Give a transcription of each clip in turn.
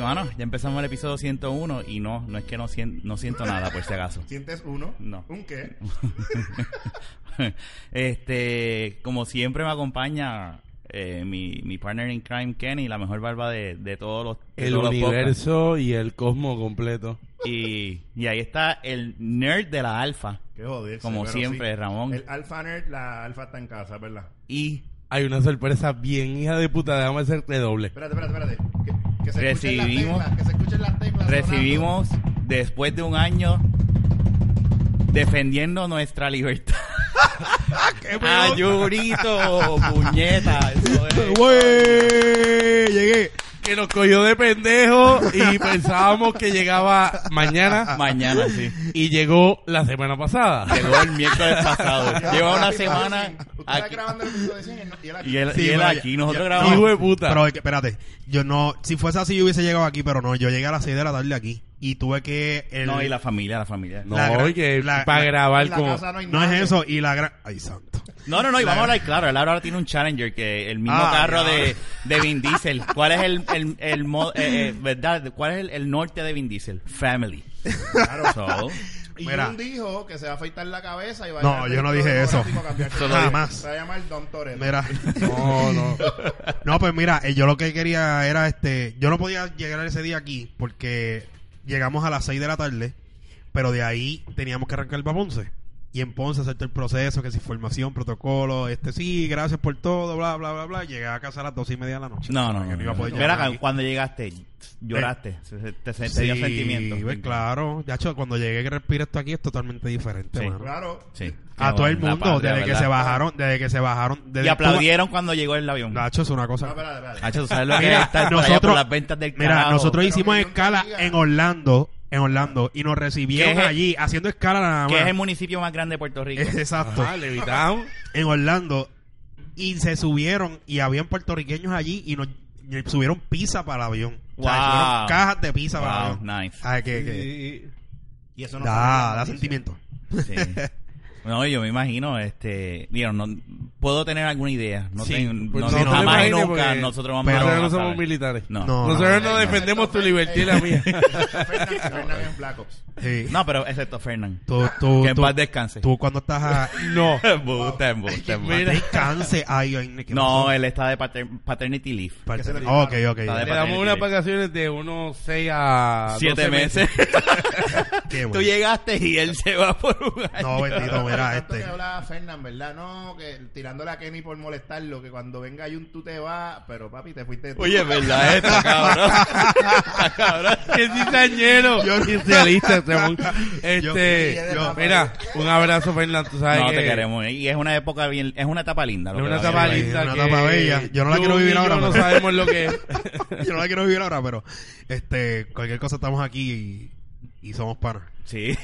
Mano, ya empezamos el episodio 101 y no, no es que no, sien- no siento nada, por si acaso. ¿Sientes uno? No. ¿Un qué? este, como siempre me acompaña eh, mi, mi partner in crime, Kenny, la mejor barba de, de todos los de El todos los podcasts. universo y el cosmo completo. Y, y ahí está el nerd de la alfa. Qué joder. Como siempre, Ramón. El alfa nerd, la alfa está en casa, ¿verdad? Y Hay una sorpresa bien hija de puta, déjame hacerte doble. Espérate, espérate, espérate. Que, que se Recibimos- escuchen las teclas, que se escuchen las teclas recibimos, después de un año, defendiendo nuestra libertad. Ah, ¡A Yurito! ¡Puñeta! Eso es. ¡Güey! Llegué. Que nos cogió de pendejo y pensábamos que llegaba mañana Mañana, sí. y llegó la semana pasada. Llegó el miércoles pasado. sonando. Lleva una Usted semana está aquí. grabando el episodio 100 y no- y él aquí. Y él, Sí, y él bueno, aquí, ya- nosotros ya- grabamos. Hijo de puta. Pero oye, espérate, yo no, si fuese así yo hubiese llegado aquí, pero no, yo llegué a las 6 de la tarde aquí y tuve que... el- No, y la familia, la familia. no, la gra- oye, la- para la- grabar En la como... casa no hay No nadie. es eso, y la gran... Ay, santo. No, no, no, y vamos a hablar claro. Él ahora tiene un Challenger, que el mismo Ah, carro ya. de, de Vin Diesel. ¿Cuál es el, el, el mo- eh, eh, verdad? ¿Cuál es el, el norte de Vin Diesel? Family. Claro. So, Y Mira. Jun dijo que se va a afeitar la cabeza y va a No, llegar al yo centro no dije eso. demográfico a cambiar Eso el lo dije. nombre. Se va a llamar Don Toreto. Mira. No, no. No, pues mira, eh, yo lo que quería era este. Yo no podía llegar ese día aquí porque llegamos a las 6 de la tarde, pero de ahí teníamos que arrancar para Ponce. Y en Ponce hacer todo el proceso, que si formación, protocolo, este sí, gracias por todo, bla, bla, bla, bla. Llegué a casa a las 12 y media de la noche. no, no, Porque no. iba a poder no. llegar Ven acá, aquí. cuando llegaste, lloraste. Se- se- Te, se- te dio Sí, sentimiento. ves, claro. De hecho, cuando llegué que respira esto aquí es totalmente diferente, Sí. mano. Claro. Sí. A todo el La mundo, patria, desde que ¿verdad? se bajaron, desde que se bajaron. Desde Y aplaudieron cuando llegó el avión. Nacho es una No, cosa. Ah, espérate, espérate. Hacho, ¿tú sabes lo que Mira, es estar por allá por las ventas del mira, carajo? nosotros Pero hicimos que yo te escala diga. en Orlando, en Orlando, y nos recibieron Que es- allí haciendo escala nada que es el más. municipio más grande de Puerto Rico. Exacto. Ah, Levitown. En Orlando y se subieron y habían puertorriqueños allí y nos y subieron pizza para el avión. O sea, Wow. subieron cajas de pizza para el Wow, avión. nice. Ay, que, que- Y- Y eso no da, da sentimiento. Sí. No, yo me imagino, este, digo, no puedo tener alguna idea. No, Sí, tengo- no, pues no, no te jamás y imagines nunca porque nosotros vamos nosotros a no ¿sabes? somos militares. No. no. No. Nosotros no defendemos tu libertad y la mía. Fernández en Black Ops. Sí. pero excepto Fernán. Tú, tú, Que en tú- paz descanse. tú cuando estás a... No. Embuste, embuste, embuste. Mira. Descanse. Ay, ay, que No, él está de pater- paternity leave. Parte- Que se le- Ok, ok. Está de Le damos unas vacaciones de unos 6 a 12 Siete meses. Qué Tú bueno. llegaste y él se va por un año. No, bendito, mira Tanto este. que hablaba Fernan, ¿verdad? No, que tirándole a Kenny por molestarlo, que cuando venga Jun tú te vas, pero papi, te fuiste tú. Oye, es verdad esto, cabrón. Está cabrón. ¡Qué cizañero! Yo- Socialista, Ramón. Yo- Este, yo- mira, un abrazo, Fernando. Tú sabes No, que te queremos. Y es una época bien, es una etapa linda. Es lo que va una a etapa haber. linda. una que etapa bella. Yo no la tú quiero y vivir yo ahora, No pero- sabemos lo que es. Yo no la quiero vivir ahora, pero este, cualquier cosa estamos aquí y, y somos panas. Sí.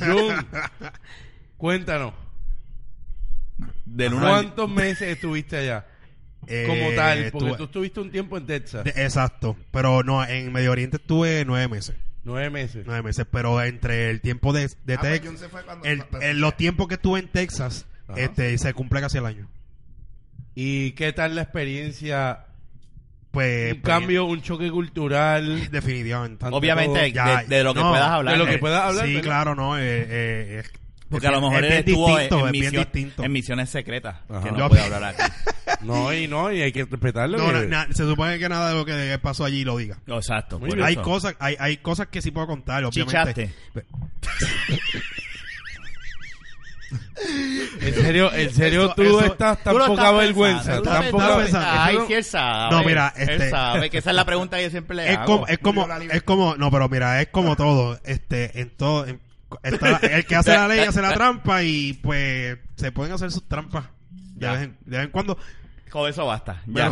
Jun, cuéntanos. Del uno al- ¿Cuántos meses estuviste allá? Eh, Como tal, porque estuve- tú estuviste un tiempo en Texas. de- exacto, pero no, en Medio Oriente estuve nueve meses, Nueve meses. nueve meses, pero entre el tiempo de, de Ah, pues Tex- Jun se fue cuando- el- en los tiempos que estuve en Texas, Ajá. este, se cumple casi el año. ¿Y qué tal la experiencia? Pues, un pues, cambio, un choque cultural. definitivamente. Ante todo, Obviamente, Ya, de, de lo que no, puedas hablar. de lo que eh. puedas hablar. Sí, ¿verdad? claro, no, eh, eh, es- Porque es a lo bien- mejor es él bien estuvo distinto, en, es bien misión- distinto. en misiones secretas. Que Ajá. no Yo- puede hablar aquí. No, y no, y hay que respetarlo. No, que- na- na- se supone que nada de lo que pasó allí lo diga. Exacto. Muy por bien. Hay eso. cosas, hay, hay cosas que sí puedo contar, obviamente. Chichaste. En serio, en serio, Eso- tú eso- estás tan Tú lo poca estás vergüenza. pensando, tú Tan lo poca estás vergüenza. pensando. Ay, Eso no- sí, él sabe. No, mira, Él este- sabe que esa es la pregunta que yo siempre le Es hago. como, es como, Viola libre. es como, no, pero mira, es como todo, este, en todo, en- está- el que hace la ley hace la trampa y pues se pueden hacer sus trampas de, Ya. vez, en, de vez en cuando, Con eso basta. Ya.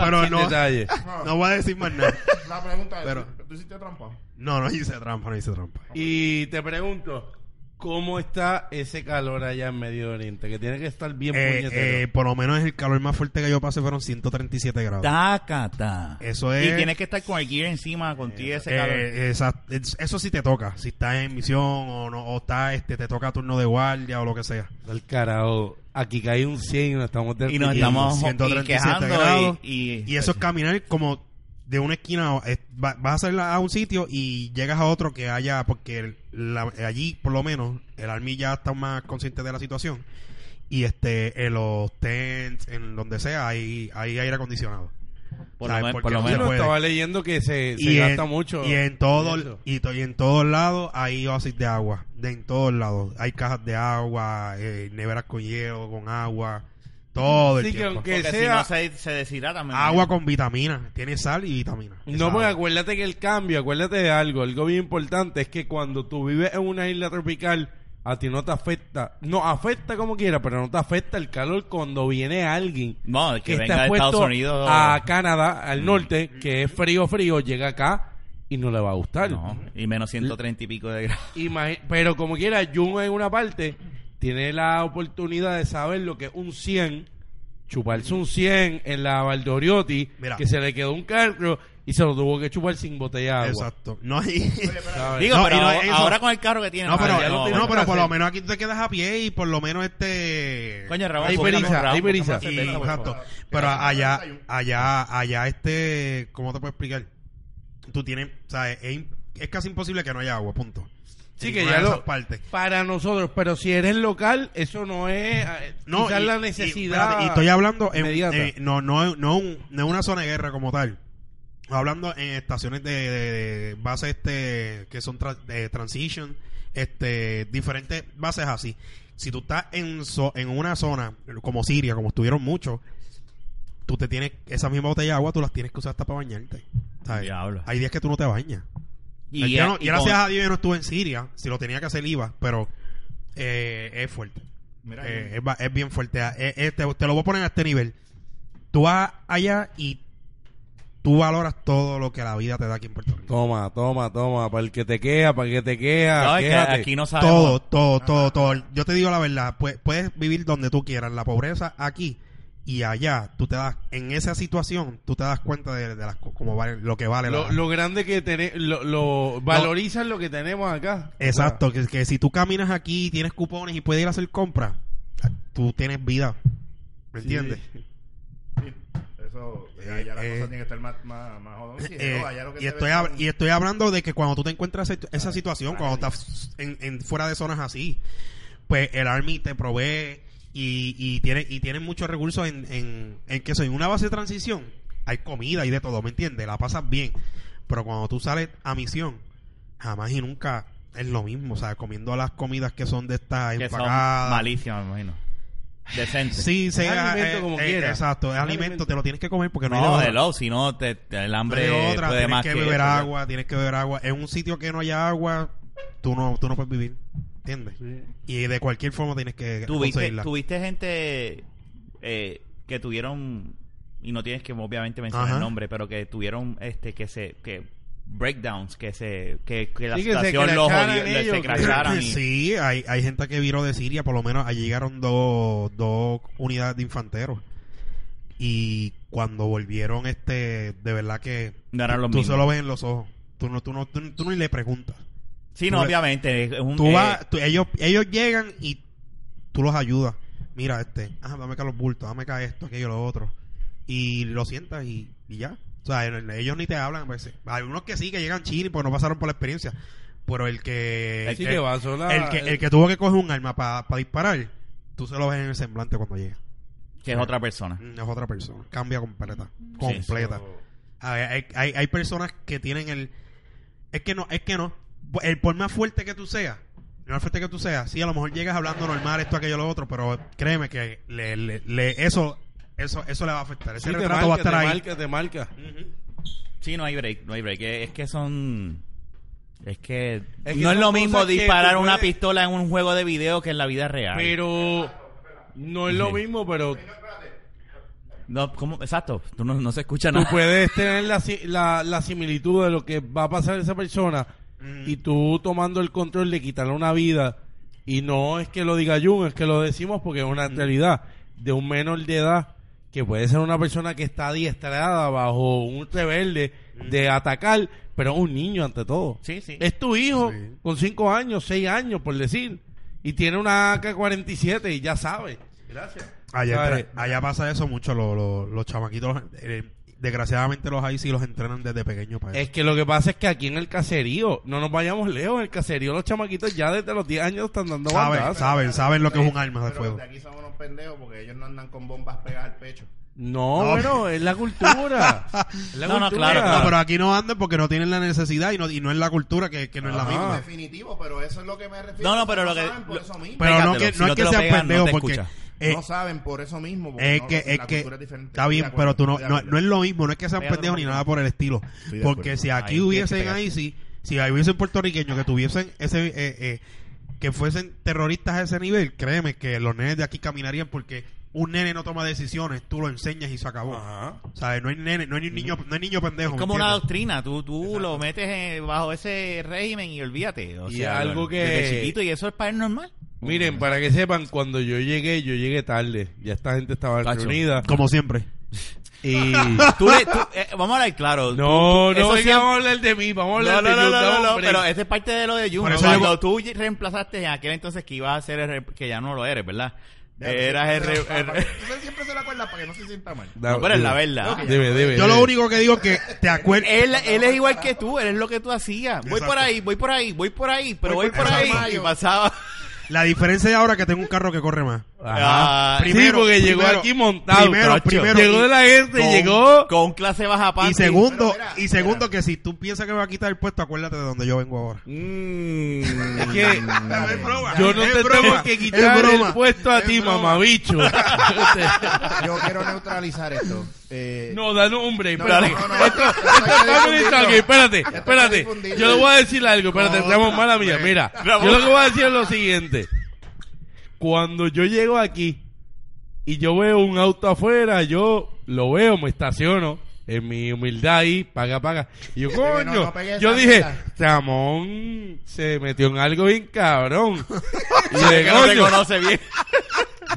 pero sin no, detalle. No, no voy a decir más nada. La pregunta es, Pero- ¿tú hiciste trampa? No, no hice trampa, no hice trampa. Y te pregunto, ¿cómo está ese calor allá en Medio Oriente? Que tiene que estar bien Eh, eh, puñetero. por lo menos el calor más fuerte que yo pasé fueron 137 grados. Tacata. Eso es- Y tienes que estar con el gear encima contigo ese Eh, calor. esa- es- eso sí te toca, si estás en misión o no, o está, este, te toca turno de guardia o lo que sea. Al carajo. Aquí cae un 100 y nos estamos y nos derritiendo. estamos jo- y 137 quejando grados. y, y- Y eso es caminar como de una esquina, eh, va- vas a salir a un sitio y llegas a otro que haya, porque el- la- allí, por lo menos, el Army ya está más consciente de la situación. Y este, en los tents, en donde sea, hay, hay aire acondicionado. Por ¿Sabes? lo, men- Porque por lo no se menos. Bueno, puede. estaba leyendo que se, se gasta mucho. pues. Y en eso. todo, y, to- y en todos lados hay oasis de agua. De en todos lados. Hay cajas de agua, eh, neveras con hielo, con agua. Todo el Sí, que tiempo. aunque- Porque si sea- no se, se deshidrata, me Agua imagino. con vitaminas. Tiene sal y vitamina. No, Esa pues agua. acuérdate que el cambio, acuérdate de algo, algo bien importante es que cuando tú vives en una isla tropical, a ti no te afecta, no afecta como quiera, pero no te afecta el calor cuando viene alguien No, que, que, venga está de Estados puesto Unidos. a Canadá, al norte, que es frío, frío, llega acá y no le va a gustar. No, y menos 130 y pico de grados. Imagi- pero como quiera, Jun en una parte tiene la oportunidad de saber lo que es un 100, chuparse un 100 en la Valdoriotti, Mira. que se le quedó un carro y se lo tuvo que chupar sin botella de agua. Exacto. No hay. ¿sabes? Digo, No, pero y no, ahora- eso- ahora con el carro que tiene. No, pero, ya no, lo- pero por lo hacer. menos aquí tú te quedas a pie y por lo menos este. Coño, Raúl, Ahí búscame un Beriza, Raúl, ahí Beriza. búscame Y- una cerveza, por exacto. favor. Pero Mira, allá, 41. allá, allá, este, ¿cómo te puedo explicar? Tú tienes, ¿sabes? Es, im- es casi imposible que no haya agua, punto. Sí, En que ninguna ya de esas lo, partes. para nosotros, pero si eres local, eso no es eh, No, quizás y- la y- necesidad. espérate, Y, estoy hablando en, inmediata. eh, no, no, no, un- no una zona de guerra como tal. Hablando en estaciones de, de- de bases este, que son tra- de transition, este, diferentes bases así. Si tú estás en, zo- en una zona como Siria, como estuvieron muchos, tú te tienes, esa misma botella de agua tú las tienes que usar hasta para bañarte. ¿sabes? Diablo. Hay días que tú no te bañas. Y, Yo no- y gracias con- a Dios yo no estuve en Siria, si lo tenía que hacer iba, pero eh, es fuerte. Mira, Eh, es, ba- es bien fuerte. Ah, eh, eh, te, te lo voy a poner a este nivel. Tú vas allá y tú valoras todo lo que la vida te da aquí en Puerto Rico. Toma, toma, toma, para el que te queda, para el que te queda. No, es que quéjate. aquí no sabemos. Todo, todo, todo, todo. Yo te digo la verdad, pue- puedes vivir donde tú quieras. La pobreza aquí y allá, tú te das, en esa situación, tú te das cuenta de, de las, co- como vale, lo que vale. lo, la- lo grande que tenemos, lo, lo- valorizan lo que tenemos acá. Exacto, que, que si tú caminas aquí, tienes cupones y puedes ir a hacer compras, tú tienes vida. ¿Me entiendes? Sí, Eso, ya, ya la Eh, eh. cosa tiene que estar más, más, más jodón. Sí, Eh, no, allá lo que y, se estoy ve hab- son- y estoy hablando de que cuando tú te encuentras esa- esa situación, ah, cuando sí. estás en, en- fuera de zonas así, pues el Army te provee y, y tiene y tienen muchos recursos en, en, en que soy una base de transición. Hay comida y de todo, ¿me entiendes? La pasas bien. Pero cuando tú sales a misión, jamás y nunca es lo mismo. O sea, comiendo las comidas que son de estas que son empacadas. malísimas, me imagino. Decente. Sí, sea, alimento eh, como eh, quiera. Exacto, es Es alimento, alimento. te lo tienes que comer porque no, hay de No, otra. de low, si no, te, te- el hambre Hay otra, puede tienes más que, que beber eso, ya. agua, tienes que beber agua. En un sitio que no haya agua, tú no, tú no puedes vivir, ¿entiendes? Y de cualquier forma tienes que ¿Tuviste, conseguirla. tuviste gente eh, que tuvieron, y no tienes que obviamente mencionar Ajá. el nombre, pero que tuvieron este que se que breakdowns, que se que, que la Sí, que se situación los crasharan jodió, le- ellos, se que- crasharan y- Sí, hay, hay gente que viró de Siria, por lo menos allí llegaron dos, dos unidades de infanteros. Y cuando volvieron, este, de verdad que No eran los tú mismos. solo ves en los ojos. Tú no, tú no, tú, tú ni le preguntas. Sí, Tú no, le- obviamente. Es un, Tú eh, vas, tú- ellos, ellos llegan y tú los ayudas. Mira, este, ah, dame acá los bultos, dame acá esto, aquello, lo otro. Y lo sientas y, y ya. O sea, el- ellos ni te hablan a veces. Hay unos que sí, que llegan chini porque no pasaron por la experiencia. Pero el que. Así el, que va sola. el que, el que tuvo que coger un arma para disparar, tú se lo ves en el semblante cuando llega. que es otra persona. Mm, Es otra persona. Cambia completa. Sí, Completa. eso- A ver, hay, hay, hay personas que tienen el. Es que no, es que no. El, por más fuerte que tú seas, el más fuerte que tú seas, sí, a lo mejor llegas hablando normal, esto, aquello, lo otro, pero créeme que le, le- le- eso, eso, eso le va a afectar. Ese Sí, te retrato va a marca, estar te ahí. marca, te marca. Ujú. Sí, no hay break, no hay break. Es, es que son... Es que, Es que no es son lo cosas mismo que disparar tú una puedes- pistola en un juego de video que en la vida real. Pero no es lo mismo, pero No, ¿cómo? Exacto, tú no, no se escucha tú nada. puedes tener la, si- la, la similitud de lo que va a pasar a esa persona Mm. y tú tomando el control de quitarle una vida. Y no es que lo diga Jun, es que lo decimos porque es Mm. una realidad de un menor de edad que puede ser una persona que está adiestrada bajo un rebelde de atacar, pero es un niño ante todo. Mm. Sí, sí. Es tu hijo Sí. con 5 años, 6 años, por decir, y tiene una AK-47 y ya sabe. Gracias. Allá, ¿Sabes? entra- allá pasa eso mucho, los los los chamaquitos. los- eh, desgraciadamente los ahí sí los entrenan desde pequeño para Es eso. que lo que pasa es que aquí en el caserío, no nos vayamos lejos, en el caserío los chamaquitos ya desde los 10 años están dando Saben, bandazos. saben, saben lo que es un arma de Pero los fuego. de aquí son unos pendejos porque ellos no andan con bombas pegadas al pecho. No, No. bueno, es la cultura. Es la No, no, cultura. claro, No, claro. pero aquí no andan porque no tienen la necesidad y no, y no es la cultura que, que no es la Ah. Ajá. misma. Definitivo, pero eso es lo que me refiero. No, no, pero lo que- saben por lo- eso mismo. Pero no Pégatelo, que, si no no es te que lo sean pegan, no pendejos te porque... escucha. eh, no saben por eso mismo. porque es no- que, es la que cultura es diferente. está Estoy bien, de acuerdo, pero tú no, estoy de no, acuerdo. no es lo mismo, no es que sean Estoy de pendejos ni nada por el estilo. de Porque acuerdo. si aquí Ahí tienes que hubiesen pegar. ahí, sí, si ahí hubiesen puertorriqueños que tuviesen ese, eh, eh, que fuesen terroristas a ese nivel, créeme que los nenes de aquí caminarían porque un nene no toma decisiones, tú lo enseñas y se acabó. Ajá. ¿Sabes? No hay nene, no hay niño, no hay niño pendejo. Es ¿me como una entiendes? doctrina, tú, tú lo metes eh, bajo ese régimen y olvídate. O Y sea, algo lo- que- Desde chiquito y eso es para él normal. Miren, para que sepan, cuando yo llegué, yo llegué tarde. Ya esta gente estaba Tacho. reunida. Como siempre. Y. Tú le- tú- eh, vamos a hablar claro. tú- tú- No, eso no, venga, siempre- vamos a hablar de mí, vamos a No, hablar no, de no, no, Jun, dame no, un break. pero esta es parte de lo de Jun. Por eso Cuando yo- tú reemplazaste en aquel entonces que ibas a ser el rep- que ya no lo eres, ¿verdad? Ya, Eras el... pero- re- para- el- para- Usted siempre se la acuerda para que no se sienta mal. Da- No, pero es la debe. verdad. Debe, debe. Yo debe. lo único que digo que te acuerdas. Él, él es igual que tú, él es lo que tú hacías. Voy Exacto. por ahí, voy por ahí, voy por ahí, pero Voy voy, por por ahí. Pasamayo. Y pasaba. La diferencia de ahora es que tengo un carro que corre más. Ajá. Ah, sí, primero, porque llegó primero, aquí montado. primero, tacho. primero, llegó y- de la gente, con- llegó. Con clase baja panty. Y segundo, Pero mira, y segundo que si tú piensas que me va a quitar el puesto, acuérdate de donde yo vengo ahora. Mm, es que es broma. yo no Es te broma, tengo que es quitar el broma. puesto a Es ti, broma. mamabicho. Yo quiero neutralizar esto. Eh, no, danos un break. No, espérate. no, no, no. Esto, Esto hay esto que es family difundirlo. talking, Espérate, Esto hay que espérate. difundirlo. Yo le voy a decir algo. Espérate, estamos mala mía. Mira, yo lo que voy a decir es lo siguiente. Cuando yo llego aquí y yo veo un auto afuera, yo lo veo, me estaciono. En mi humildad ahí, paga, paga. Y yo, no, coño, no pegues yo esa dije, mierda. Ramón se metió en algo bien cabrón. Y yo, Que no te coño, conoce bien.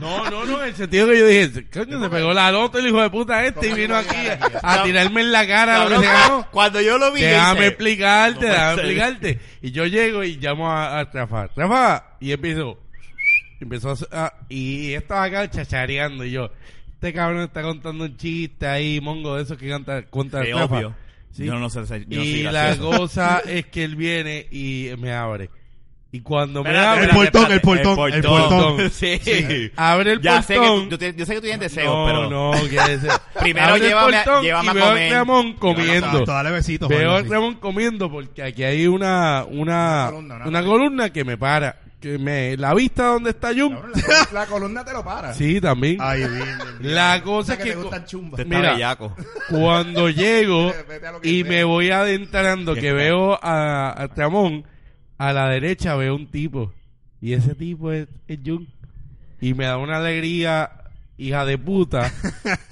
no, no, no, en el sentido que yo dije, coño, se pegó la nota el hijo de puta este y ¿Cómo iba vino a aquí llegar a, a tirarme en la cara lo que Cabrón, se ganó. Cuando yo lo vi. yo Déjame hice- explicarte, No puede déjame ser. explicarte. Y yo llego y llamo a, a Rafa. Rafa, y empiezo. Empezó a, hacer- ah, y estaba acá chachareando y yo, este cabrón está contando un chiste ahí, mongo de esos que canta, cuenta Qué Ah, Rafa. obvio. Sí. Yo no sé. yo no soy Y la gracioso. cosa es que él viene y me abre. Y cuando me Espérate, abre, El portón, el portón, el portón. Sí. abre el Ya sé que, portón. tú- yo, te- yo sé que tú tienes deseos, no, pero. no, que ese- Primero Abre el llévame a- portón llévame y a veo comer. Ramón comiendo. Hasta dale besitos. Veo a Jorge, sí. Ramón comiendo porque aquí hay una una una Una columna, columna, una que me para, que me la vista donde está Jun. cabrón, la, col- la columna te lo para. Sí, también. Ay, bien, bien. La O sea cosa es que, que te cu- gustan chumbas. Te está Mira. bellaco. cuando llego Vete a lo que y sea. me voy adentrando Ya que está. veo a, a Ramón a la derecha veo un tipo y ese tipo es, es Jun y me da una alegría hija de puta.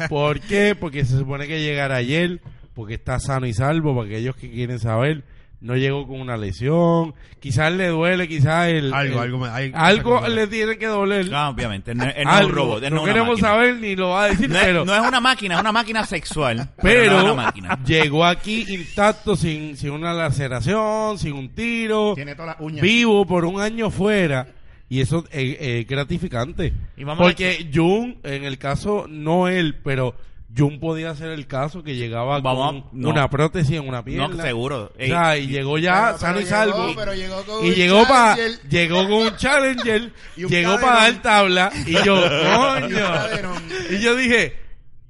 ¿Por qué? Porque se supone que llegará ayer, porque está sano y salvo para aquellos que quieren saber. No llegó con una lesión, quizás le duele, quizás el Algo, el- algo me- hay- algo le tiene que doler. No, obviamente. Él no, él no Ah, es Algo. un robot. él no no es una queremos máquina. saber ni lo va a decir, No es, pero no es una máquina, es una máquina sexual. no pero es una máquina. llegó aquí intacto, sin, sin una laceración, sin un tiro, Tiene todas las uñas. vivo por un año fuera. Y eso es, es gratificante. Y vamos a Porque Jun, en el caso, no él, pero Jun podía hacer el caso que llegaba Vamos a- con no. una prótesis en una pierna. No, seguro. O Ey, sea, y llegó Pero- ya pero sano y llegó, salvo. pero llegó con y un llegó para Challenger. llegó con un challenger, Y un llegó cadenón. para dar tabla y yo, Y un coño. cadenón. Y yo dije,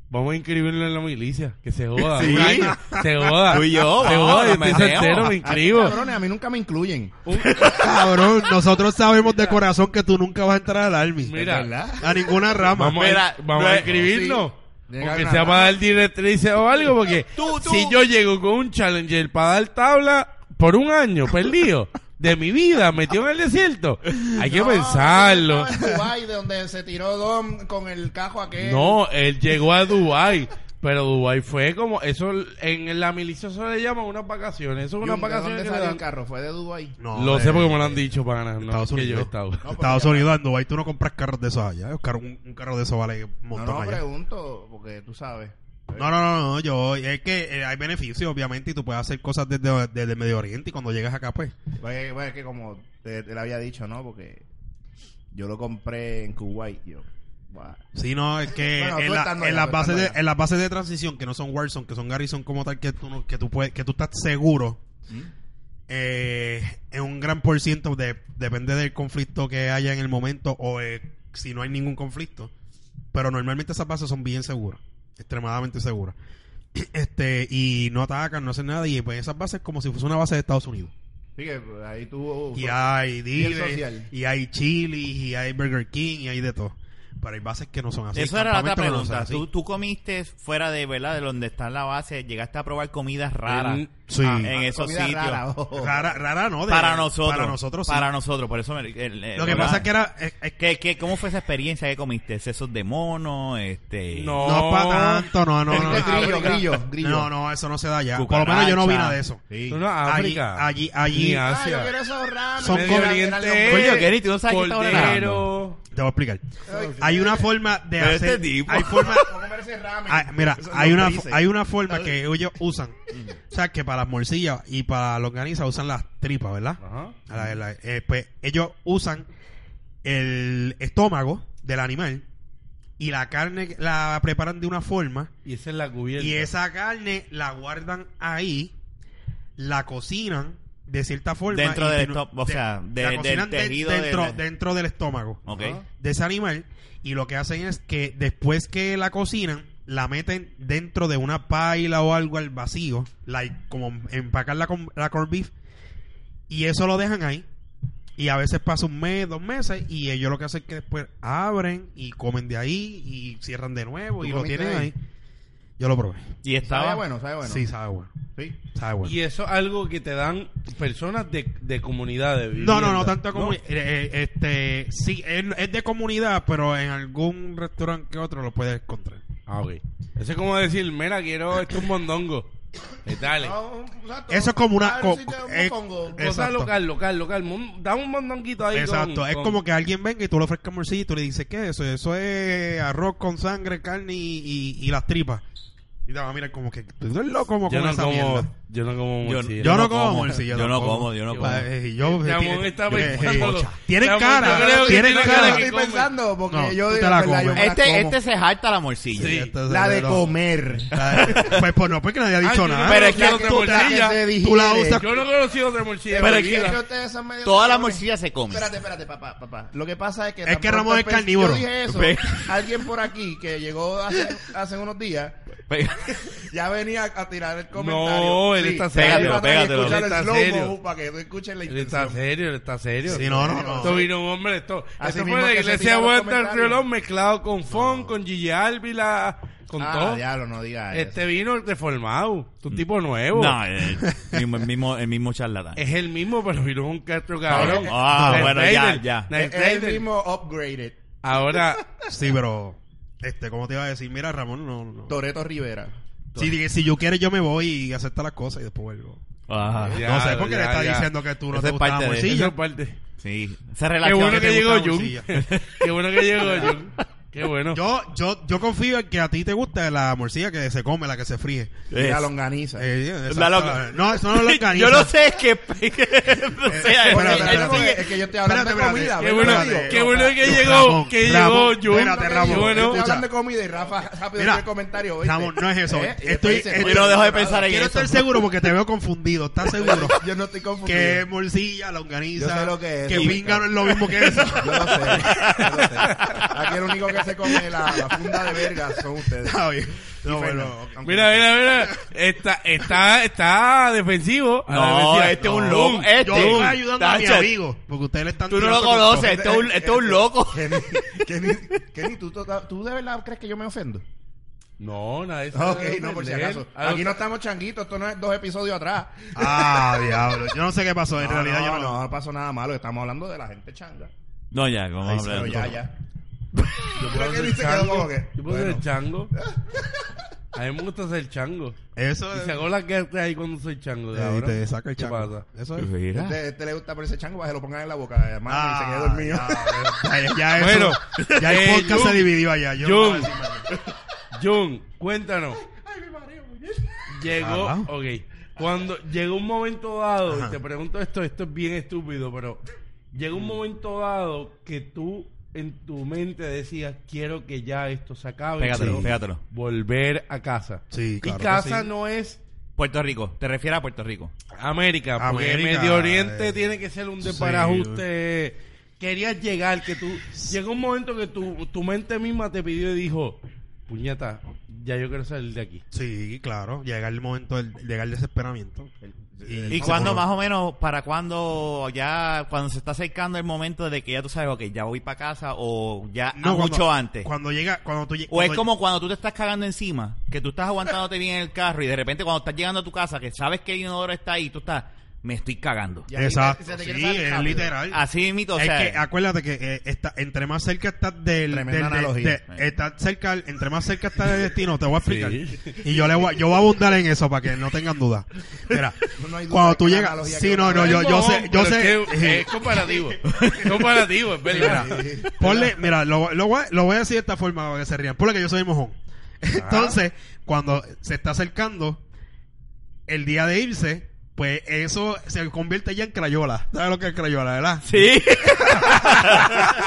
vamos a inscribirlo en la milicia, que se joda. Sí. un año, se joda. Tú y yo, se vamos, joda, yo nos estoy metemos. soltero, me Ay, inscribo. Cabrones, a mí nunca me incluyen. Cabrón, nosotros sabemos de corazón que tú nunca vas a entrar al Army. Mira. ¿Verdad? A ninguna rama. Vamos, Mira, a, vamos a no- inscribirnos. sí. Aunque Llegar sea nada. para dar directrices o algo, porque Tú, tú. si yo llego con un challenger para dar tabla por un año perdido de mi vida, metido en el desierto, hay que No, yo pensarlo. Ah, estaba en Dubái, de donde se tiró Dom con el cajo aquel. No, él llegó a Dubai, pero Dubai fue como eso en la milicia se le llama unas vacaciones, eso es Y unas un- ¿de vacaciones dónde que le salió el dan. carro? Fue de Dubái. No, Lo de- sé porque me lo han dicho, pana, no Estados es que yo he Unidos. estado. No, porque Estados ya- Unidos, en Dubái tú no compras carros de esos allá. Un carro, un, un carro de esos vale un No, montón no, allá. pregunto, porque tú sabes. No, no, no, no, yo, es que eh, hay beneficios, obviamente, y tú puedes hacer cosas desde, desde el Medio Oriente y cuando llegas acá, pues. Pues, bueno, es que como te, te lo había dicho, ¿no? Porque yo lo compré en Kuwait, yo. Buah. Sí, no, es que Bueno, en, tú la- estás nueva, en tú las estás bases de, nueva. en las bases de transición que no son Warzone, que son Garrison como tal, que tú, no- que tú, puedes, que tú estás seguro, eh, en un gran por ciento, de- depende del conflicto que haya en el momento o eh, si no hay ningún conflicto. Pero normalmente esas bases son bien seguras, extremadamente seguras. Este, y no atacan, no hacen nada, y pues esas bases como si fuese una base de Estados Unidos. Sí, que pues, ahí tú. Y hay Dile, social. y hay Chili, y hay Burger King, y hay de todo. Pero hay bases que no son así. Eso era la otra campamentos que no son pregunta. así. ¿Tú, tú comiste fuera de, ¿verdad? De donde está la base, llegaste a probar comidas raras En- Sí. en esos Comida sitios. rara, ojo. Rara, rara no. de- para nosotros. Para nosotros, sí. Para nosotros, por eso me- el- el- Lo que ¿verdad? pasa es que era... es- es- ¿Qué- qué- cómo fue esa experiencia que comiste? ¿Sesos de mono? Este... No. eh, no es para tanto, no, no, Es no. que no. grillo, grillo, grillo. No, no, eso no se da ya. Por lo menos yo no vi nada de eso. Sí. No, no, África. Allí- Ni allí- allí- Ah, yo Asia. quiero esos ramen. Son eran- Medio con- eran los- Oriente. Coño, Kenny, tú no sabes qué estás Cordero. Te voy a explicar. Ay, Hay una forma de Pero hacer... este tipo. Hay forma... ¿Cómo comer ese ramen? Ah, mira, Eso es hay lo una, que dice. hay una forma que ellos usan. o sea, que para las morcillas y para la longaniza usan las tripas, ¿verdad? Ajá. A la- la- eh, pues ellos usan el estómago del animal y la carne la preparan de una forma Y esa es la cubierta. y esa carne la guardan ahí, la cocinan de cierta forma. Dentro y del tiene- estómago, o de- sea, de- la del cocinan de- tejido de- dentro, de- dentro del estómago Ok. Ajá. de ese animal y lo que hacen es que después que la cocinan la meten dentro de una paila o algo al vacío like, como empacar la, con- la corned beef y eso lo dejan ahí y a veces pasa un mes dos meses y ellos lo que hacen es que después abren y comen de ahí y cierran de nuevo ¿Tú y lo comiste tienen ahí ahí? yo lo probé Y Sabe estaba... bueno, sabe Ah, bueno. sí sabe bueno Sí. sabe bueno Y eso es algo que te dan personas de, de comunidades. No, no, no viviendas, tanto como eh, este, sí, es, es de comunidad, pero en algún restaurante que otro lo puedes encontrar. Ah, ok. Eso es como decir, mira, quiero esto un mondongo. Eh, Dale. No, un- exacto. Eso es como una Ah, co- sí, te- un eh, mofongo. eh, Cosa exacto. local, local, local. Mon- Da un mondonguito ahí. con- Exacto, es con- como que alguien venga y tú le ofrezcas morcilla y tú le dices, ¿qué es eso? Eso es arroz con sangre, carne y, y- y las tripas. Y te van a mirar como que tú eres loco como Yo con no esa como... mierda. Yo no como Yo- morcilla. Yo, no como morcilla. Yo no como, yo no Eh, como. eh, yo- Ramón está yo- eh, pensándolo. Tienes Ramón, cara, yo creo que tienes tiene cara. cara Claro, que estoy come. pensando porque No, yo tú te digo la que la, yo comes. me la Este, como. este se harta la morcilla. Sí. Entonces, la de no. comer. La de- Pues, pues no, porque nadie ha Ay, dicho yo no nada. Pero conozco es que otra tú- La que morcilla. se tú la digiere. usas- Yo no conocí otra morcilla. Pero en es mi que- vida. Es que ustedes son medio Toda la cabrones. morcilla se come. Espérate, espérate, papá, papá. Lo que pasa es que... Es que tan pronto Ramón es empe- carnívoro. Yo dije eso. Ve. Alguien por aquí que llegó hace, hace unos días Pega- ya venía a tirar el comentario. No, él está serio. Ahí va a tener que Pégatelo, escuchar el pégatelo. Él está slow-mo serio. Para que tú escuches la Él está intención. serio, él está serio. Sí, no, no, no. Esto vino un hombre, esto. Así esto fue mismo la que se iglesia de tiran los Vuelta al comentarios. Riolón mezclado con Fon, con Gigi Álvila, con Ah, todo. diablo, no digas eso. Este vino reformado, es un tipo nuevo. No, eh, el mismo, el mismo, el mismo charlatán. Uh. Es el mismo, pero vino un castro cabrón. Ah, Knight bueno, ya, Rider, ya. Knight Es el Rider. mismo upgraded. Ahora, Sí, pero, este, ¿cómo te iba a decir? Mira, Ramón, no, no. Toreto Rivera. Si, si yo quiero, yo me voy y acepto las cosas y después vuelvo. Ajá. Ya, no sé por qué le ya, está ya. diciendo que tú no Esa te es gusta la parte de- sí, morcilla. esa parte. Sí. Esa Qué relación. bueno que que te llegó gusta Jun. la morcilla. Qué bueno que llegó Jun. Qué bueno. Yo, yo, yo confío en que a ti te gusta la morcilla que se come, la que se fríe. Y La Es- longaniza. Eh, exacto. La longa- No, eso no lo organiza. Yo no sé es que... o sea, Oye, espérate, él espérate, sigue- es que yo estoy hablando Espérate, de comida. espérate. Qué ¿ves lo bueno, que digo? qué bueno que Ramón, llegó, que Ramón, llegó Jun. espérate, Qué Ramón. bueno. estoy hablando escucha. de comida y Rafa rápido Mira, hace el comentario. ¿oíste? Ramón, no es eso. ¿Eh? Y después Estoy- dice, estoy- Yo no dejo de pensar en Quiero eso. estar seguro porque te veo confundido. ¿Estás seguro? Yo no estoy confundido. que es morcilla, longaniza. Yo sé lo que es, Que sí. pinga no es lo mismo que eso. Yo lo sé. Yo lo sé. Aquí el único que se come la, la funda de verga son ustedes. Está bien. No, bueno, Fernan. ok. Aunque- Mira, mira, mira. Está, está, está defensivo. A la No, defensiva. este es un No. Eh, loco. Este. Yo estoy ayudando a mi Tacho, amigo. Porque ustedes le están Tú no lo tirando con conoces. cosas. Este es un, este es un loco. Eh, Kenny, Kenny, Kenny, ¿tú, to- ¿tú de verdad crees que yo me ofendo? No, nada de eso. Ok, no, por si acaso. A los- Aquí no estamos changuitos, esto no es dos episodios atrás. Ah, diablo. Yo no sé qué pasó. En No, realidad no, yo no. no, pasó nada malo, estamos hablando de la gente changa. No, ya, como Ay, Pero hablar. ya, ya. Yo Creo puedo que ser dice que quedó chango. como que, Yo puedo bueno. ser chango. A mí me gusta ser chango. Eso Y es. se hago las guerras ahí cuando soy chango. Eh, cabrón. te saca el ¿Qué chaco. pasa? Eso es. Pues Mira. Este, este le gusta ponerse chango para que lo pongan en la boca, hermano, y Ah, se quede dormido. Ya, ya, ya Bueno, eso, ya el eh, podcast Jun, se dividió allá. Yo no voy a Jun, decir más. Jun, cuéntanos. Ay, me mareo, Llegó, Ajá. ok. Cuando llegó un momento dado, Ajá. Mm. y te pregunto esto, esto es bien estúpido, pero llegó un momento dado que tú en tu mente decías, quiero que ya esto se acabe. Pégatelo, Sí. pégatelo. Volver a casa. Sí, claro y que casa sí. no es Puerto Rico, te refieres a Puerto Rico. América, porque América, Medio Oriente eh, tiene que ser un sí. desbarajuste. Querías llegar, que tú. Llegó un momento que tu, tu mente misma te pidió y dijo: Puñeta, ya yo quiero salir de aquí. Sí, claro. Llega el momento, del, llega el desesperamiento. Ah, ¿Y cuándo más o menos, para cuándo, ya, cuando se está acercando el momento de que ya tú sabes, ok, ya voy para casa o ya ah, No, cuando- mucho antes? Cuando llega, cuando tú lleg- o es cuando- como cuando tú te estás cagando encima, que tú estás aguantándote bien en el carro y de repente cuando estás llegando a tu casa, que sabes que el inodoro está ahí, tú estás, me estoy cagando. Y ahí Exacto. se te Sí, quiere salir es rápido. literal. Así mito, o es sea, que acuérdate que eh, está, entre más cerca estás del, Tremenda del- de- analogía. de- estás cerca, entre más cerca estás del destino, te voy a explicar. Y yo le voy, a- yo voy a abundar en eso para que no tengan duda. Mira, No hay duda cuando tú que la llegas, analogía sí, que no, uno no, yo, yo sé, yo Pero sé. Es, que es comparativo. Es comparativo, es verdad. Mira, ponle, mira, lo, lo voy, a- lo voy a decir de esta forma para que se rían. Ponle que yo soy mojón. Ah. Entonces, cuando se está acercando el día de irse, pues eso se convierte ya en crayola. ¿Sabes lo que es crayola, verdad? sí.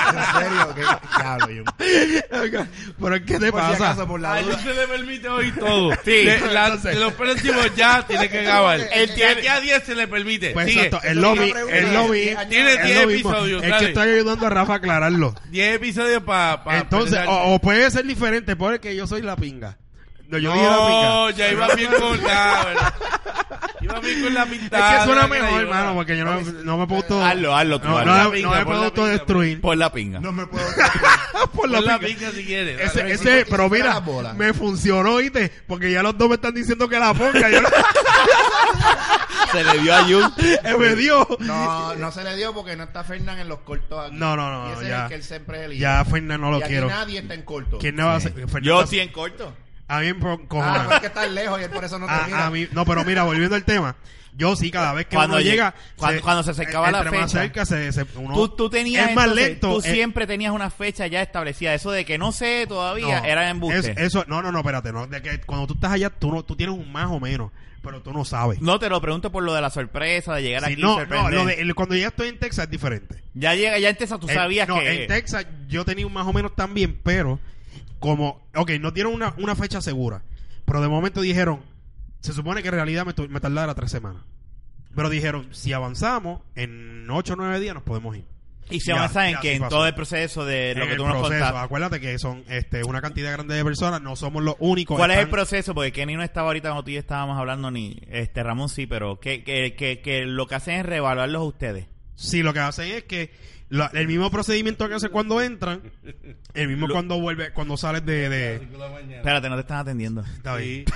En serio, que diablo, Jun. Pero es que te Por si pasa. acaso, por la A él duda. se le permite hoy todo. Sí. De, la- de los próximos ya tiene que acabar. El El tiene- día 10 se le permite. Pues Sigue. exacto, el Eso te lobby, iba a preguntar. el lobby. Tiene es lo 10 mismo. episodios, Es dale. que estoy ayudando a Rafa a aclararlo. 10 episodios para. Entonces, oh, o, o puede ser diferente, porque yo soy la pinga. No, yo dije la No, pinga. ya iba bien con la, ¿verdad? Iba bien con la pintada. es que suena ¿verdad? mejor, Iba- hermano, porque yo no, no me puedo todo. Hazlo, hazlo tú, No, hazlo. no- la no pinga, me por la puedo pinga, autodestruir. Por la pinga. No me puedo. Por Con la pinga. pinga si quieres. Ese, dale. ese, Suena pero mira, la bola. me funcionó, oíste, porque ya los dos me están diciendo que la ponga. Yo Se le dio a Jun. no, me dio. No, no se le dio porque no está Fernán en los cortos aquí. No, no, no, Y ese es ya. el que él siempre elige. Ya, Fernan, no lo y aquí quiero. nadie está en corto. ¿Quién me va a hacer? Fernan va Yo a- sí en corto. A mí me Ah, encojona. porque está lejos y él por eso no A- termina. a mí- no, pero mira, volviendo al tema, yo sí, cada vez que Cuando uno lleg- llega. cuando- cuando se acercaba la entre más fecha. cerca se- se- uno- tú, tú tenías Es más entonces, lento. eh, Tú es- siempre tenías una fecha ya establecida. Eso de que no sé todavía no, era embuste. es- eso, no, no, no, espérate. No, de que cuando tú estás allá, tú, no, tú tienes un más o menos, pero tú no sabes. No te lo pregunto por lo de la sorpresa, de llegar Si aquí. no, no, sorprender. lo de- el- cuando ya estoy en Texas es diferente. Ya llega, ya en Texas tú En- sabías Eh, no, que. en Texas yo tenía un más o menos también, pero como, ok, no dieron una, una fecha segura, pero de momento dijeron, se supone que en realidad me, tu- me tardara tres semanas. Pero dijeron, si avanzamos, en ocho o nueve días nos podemos ir. y se ya, avanza en ya, que sí en pasó. todo el proceso de lo En que el tú nos proceso, contaste. acuérdate que son este, una cantidad grande de personas, no somos los únicos. ¿Cuál es el están- proceso? Porque Kenny no estaba ahorita cuando tú y yo estábamos hablando, ni este Ramón sí, pero que, que, que, que lo que hacen es reevaluarlos a ustedes. Sí, lo que hacen es que la- el mismo procedimiento que hace cuando entran, el mismo cuando vuelve, cuando sales de... de- Espérate, no te están atendiendo. Está bien. Sí.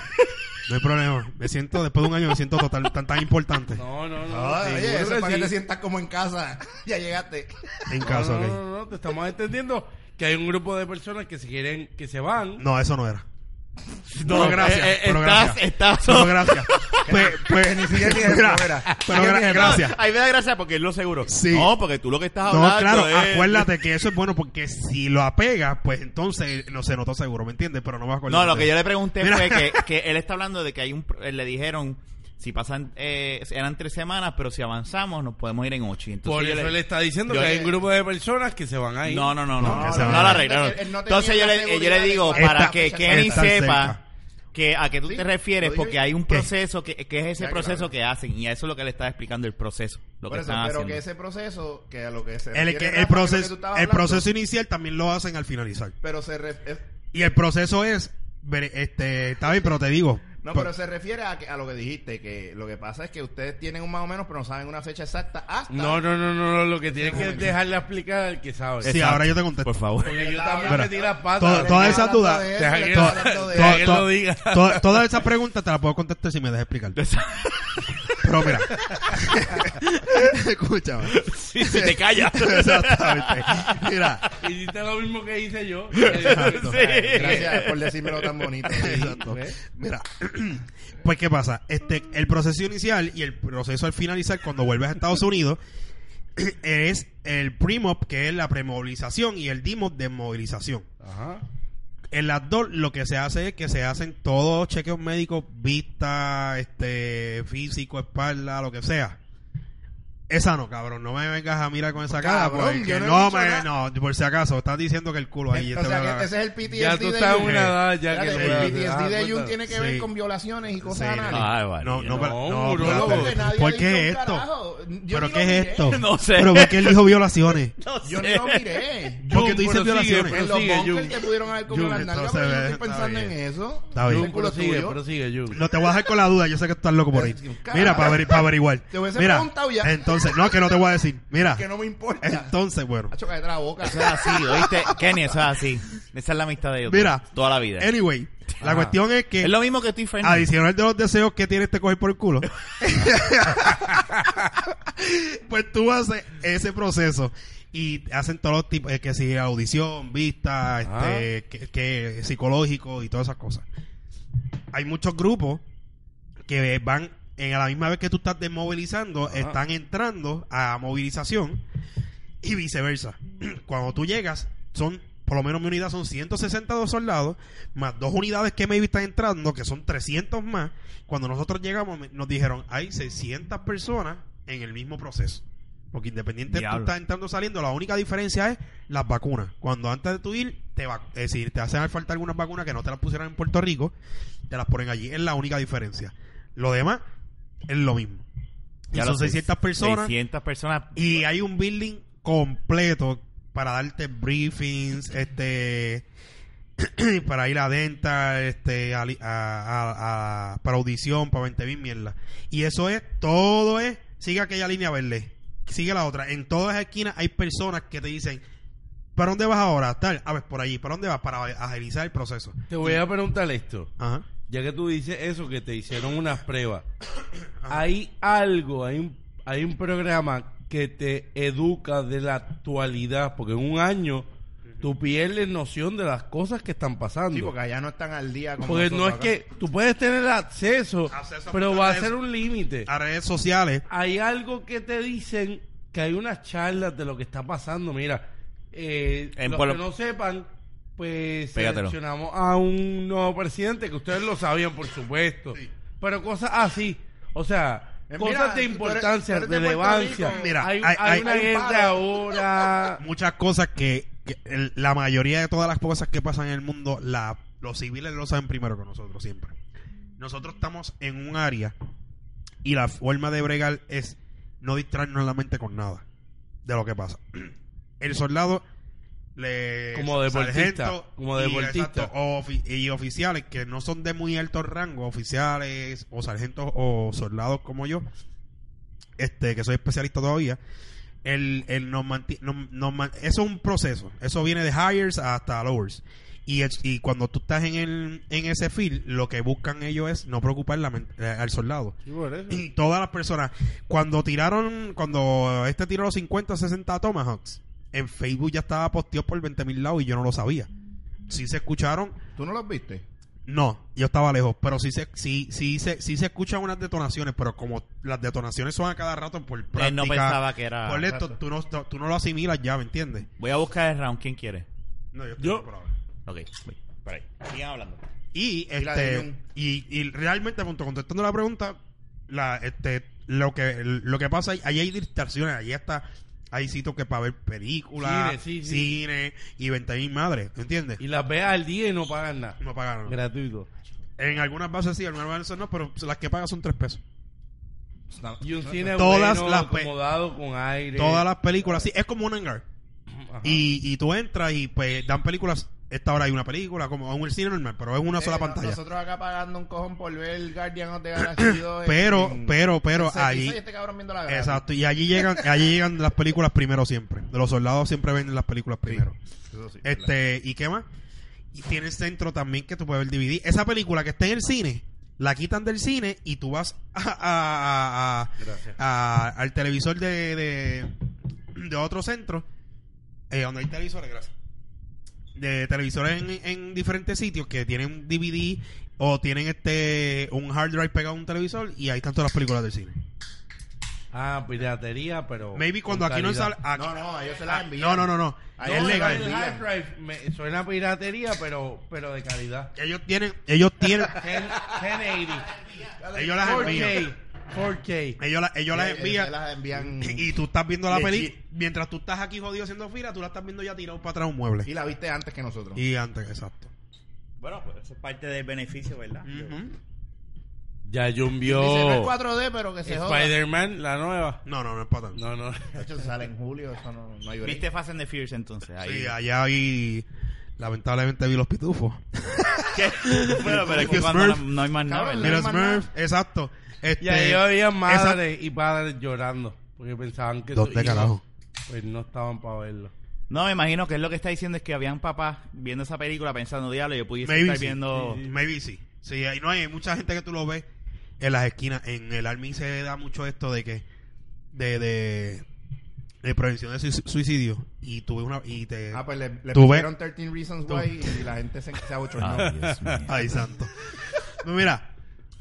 No hay problema. Me siento, después de un año, me siento total, tan, tan importante. No, no, no. Ah, sí, oye, seguro eso que es para sí. que te sientas como en casa. ya llegaste. En No, no, caso, ok. no, no, no, te estamos entendiendo que hay un grupo de personas que se quieren, que se van. No, eso no era. No, pero gracias. eh, eh, pero estás- gracias. estás- Pero gracias. pues, pues, Ni siquiera tienes mira, primera. Pero gra- gracias. Ahí me da gracia porque él lo seguro. Sí. No, porque tú lo que estás hablando. No, claro, es- acuérdate que eso es bueno porque si lo apegas, pues entonces no se notó seguro, ¿me entiendes? Pero no vas a acordar. No, lo que yo le pregunté Mira. fue que, que él está hablando de que hay un. pr- Le dijeron, si pasan. Eh, eran tres semanas, pero si avanzamos, nos podemos ir en ocho. Y Entonces Por yo eso le- él está diciendo yo que hay le- un grupo de personas que se van a ir. No, no, no, no. No, No, esa no no. la arreglaron. Él- él no tenía Entonces yo la le, yo seguridad le de digo, cuál- para Está- que está Kenny cerca. sepa que a qué tú Sí, te refieres, lo digo porque yo. hay un ¿Qué? proceso que, que es ese Ya, proceso claro. que hacen. Y a eso es lo que le está explicando el proceso. Lo Por que eso, están pero que haciendo. ese proceso, que a lo que se El, refiere que- el Rafa, que lo que tú proceso, estabas el hablando, proceso inicial también lo hacen al finalizar. Pero se ref- es- Y el proceso es, ver- este, está bien, pero te digo. pues, No, por- pero se refiere a, que- a lo que dijiste, que lo que pasa es que ustedes tienen un más o menos, pero no saben una fecha exacta hasta... No, no, no, no, no, lo que tienes que dejarle explicar al que sabe. Sí, ahora yo te contesto. Por favor. Porque yo también Mira, metí las patas. todo- todas esas Ah, Hablando dudas- de eso, Deja le que- estaba to- hablando de to- eso. él to- lo diga. to- todas esas preguntas te las puedo contestar si me dejas explicar. Pero mira, escúchame. Si te callas. Exactamente. Mira, Hiciste lo mismo que hice yo. Gracias por decírmelo tan bonito. Exacto. ¿Ves? Mira, pues qué pasa, este, el proceso inicial y el proceso al finalizar cuando vuelves a Estados Unidos es el pre-mop que es la premovilización y el DIMOP de movilización. Ajá. En las dos lo que se hace es que se hacen todos los chequeos médicos, vista, este, físico, espalda, lo que sea. Esa no, cabrón. No me vengas a mirar con esa Pues, cara. cabrón, porque yo no he no, dicho me, nada. Eh, no, por si acaso, estás diciendo que el culo ahí. o este sea, bla, bla, que bla. ese es el PTSD Eh, Ya tú de estás en Jun. una edad ya que Espérate, no el puedes- PTSD de Ah, Jun cuenta. tiene que Sí. ver con violaciones y cosas Sí, anales. Ah, No, María, no, no. No, pero- no, bro, espérate. porque nadie ¿Por ha qué dicho un esto? carajo. Yo ¿Pero ni qué lo es miré. esto? No sé. Este. ¿Pero por qué él dijo violaciones? Yo ni lo miré. ¿Por qué Jun, tú dices pero sigue, violaciones? En pero los sigue, bunkers Jun. te pudieron haber comido Jun, las nalgas, entonces, pero yo no estoy está pensando en bien. eso. Está bien. Ese Jun, culo es prosigue, tuyo. prosigue, Jun. No te voy a dejar con la duda, yo sé que tú estás loco por ahí. Es que un carajo. Mira, para, averi- para averiguar. Te hubiese Mira, preguntado ya. entonces, no, que no te voy a decir. Mira, Que no me importa. entonces, bueno. Hacho, cállate la boca. Eso es así, ¿oíste? Kenny, eso es así. Esa es la amistad de ellos. Mira. Toda la vida. Anyway, la Ajá. cuestión es que, Es lo mismo que Steve Fernández. adicional de los deseos que tiene este coger por el culo, pues tú haces ese proceso y hacen todos los tipos, eh, que si audición, vista, Ajá. este, que, que psicológico y todas esas cosas. Hay muchos grupos que van en a la misma vez que tú estás desmovilizando, están entrando a movilización y viceversa. Cuando tú llegas, son por lo menos mi unidad son 162 soldados, más dos unidades que maybe están entrando, que son 300 más. Cuando nosotros llegamos, me- nos dijeron, hay 600 personas en el mismo proceso. Porque independiente tú Diablo. estás entrando o saliendo, la única diferencia es las vacunas. Cuando antes de tu ir, te, va, es decir, te hacen falta algunas vacunas que no te las pusieron en Puerto Rico, te las ponen allí. Es la única diferencia. Lo demás es lo mismo. Y Ya son lo sé. 600 personas 600 personas. y hay un building completo para darte briefings, este para ir a dental, este a, li- a- a- a- para audición, para 20 mil mierda. Y eso es, todo es, sigue aquella línea verde, sigue la otra. En todas las esquinas hay personas que te dicen, ¿para dónde vas ahora? Tal, a ver, por allí, ¿para dónde vas? Para agilizar el proceso. Te voy a preguntar esto. Ajá. Ya que tú dices eso, que te hicieron unas pruebas. Hay algo, hay un, hay un programa que te educa de la actualidad, porque en un año tú pierdes noción de las cosas que están pasando. Sí, porque allá no están al día. Como porque no nosotros es acá. que tú puedes tener acceso, Acceso a pero va a redes- ser un límite. A redes sociales. Hay algo que te dicen que hay unas charlas de lo que está pasando. Mira, eh, En los Puerto- que no sepan, pues Pégatelo. seleccionamos a un nuevo presidente que ustedes lo sabían, por supuesto. Pero cosas así, o sea, Eh, cosas mira, de tú importancia, eres- tú eres de relevancia. Puerto Rico. Mira, hay, hay- hay hay- una hay un gente paro. ahora. muchas cosas que, que el- la mayoría de todas las cosas que pasan en el mundo, la, los civiles lo saben primero que nosotros siempre. Nosotros estamos en un área y la forma de bregar es no distraernos la mente con nada de lo que pasa. El soldado le Como deportista, sargento como y- deportista. exacto, ofi- y oficiales que no son de muy alto rango, oficiales o sargentos o soldados como yo, este que soy especialista todavía, el, el nos manti- nos- nos man- eso es un proceso. Eso viene de hires hasta lowers. Y, es- y cuando tú estás en, el, en ese field, lo que buscan ellos es no preocupar la men- eh, al soldado. Sí, por eso. Y todas las personas, cuando tiraron, cuando este tiró los 50, 60 Tomahawks, en Facebook ya estaba posteado por 20 mil lados y yo no lo sabía. Sí se escucharon, ¿Tú no los viste? no, yo estaba lejos, pero sí se, sí, sí, se, sí se escuchan unas detonaciones, pero como las detonaciones son a cada rato por práctica, Él no pensaba que era. por esto, tú no, tú no lo asimilas ya, ¿me entiendes? Voy a buscar el round. ¿Quién quiere? No, yo, Yo- Ok, voy. Por ahí. Sigan hablando. Y Y la de este Jung. y, y realmente punto, contestando la pregunta, la este lo que lo que pasa ahí ahí hay distracciones, ahí está hay sitios que para ver Cine, películas, sí, sí. cine y 20 mil madres, ¿entiendes? Y las veas al día y no pagan nada. no pagaron. Gratuito. En algunas bases sí, en algunas bases no, pero las que pagan son 3 pesos. Y un cine Todas bueno, las pe- acomodado con aire. Todas las películas, sí, es como un hangar. Ajá. Y, y tú entras y pues dan películas, esta hora hay una película, como en el cine normal, pero es una Eh, sola no- pantalla. Nosotros acá pagando un cojón por ver Guardian of the Galaxy 2 en- Pero, en- pero, pero, en ahí... 6, este cabrón viendo la gracia. Exacto, y allí llegan, allí llegan las películas primero siempre. Los soldados siempre venden las películas primero. Eso sí, ¿verdad? Este, ¿y qué más? Y tiene el centro también que tú puedes ver DVD. Esa película que está en el cine, la quitan del cine y tú vas a, a- a- a- al televisor de, de, de otro centro, eh, donde hay televisores, gracias. De televisores en, en diferentes sitios que tienen DVD o tienen este un hard drive pegado a un televisor y ahí están todas las películas del cine. Ah, piratería, pero. Maybe cuando con aquí no calidad. sale. aquí- No, no, ellos se las envían. no, no, no, no. Ahí Es no, legal. el hard drive me- suena a piratería, pero, pero de calidad. Ellos tienen, ellos tienen, 10- 1080. ellos las envían. 4K. 4K. Ellos, la- ellos las envían. las envían. Y tú estás viendo la Legit. película. Mientras tú estás aquí jodido haciendo fila, tú la estás viendo ya tirado para atrás un mueble. Y la viste antes que nosotros. Y antes, exacto. Bueno, pues eso es parte del beneficio, ¿verdad? Ya Jun Dice, no es vio 4D, pero que se joda. Spider-Man, la nueva. No, no, no es para tanto. No, no. De hecho, se sale en julio, eso no, no hay break. ¿Viste Fast and the Furious entonces? Ahí. Sí, ah, allá vi. Lamentablemente vi los pitufos. bueno, pero es que Smurf. cuando la- no hay más nada, Cabrón, ¿verdad? no hay Mira, más Smurf, exacto. Este, Y ahí había esa- madres y padres llorando. Porque pensaban que. sus ¿Dónde hijos, carajo? Pues no estaban para verlo. No, me imagino que es lo que está diciendo es que habían papás viendo esa película pensando, diablo, yo pudiese Maybe estar sí. viendo... Maybe sí. Sí, ahí no hay, hay mucha gente que tú lo ves en las esquinas. En el Army se da mucho esto de que. de. de, de prevención de suic- suicidio. Y tú ves una. Y te, Ah, pues le, le Tú pusieron 13 Reasons Why y la gente se, se abochornó. Ah. Ay, Dios pues. mío. Ay, santo. No, mira,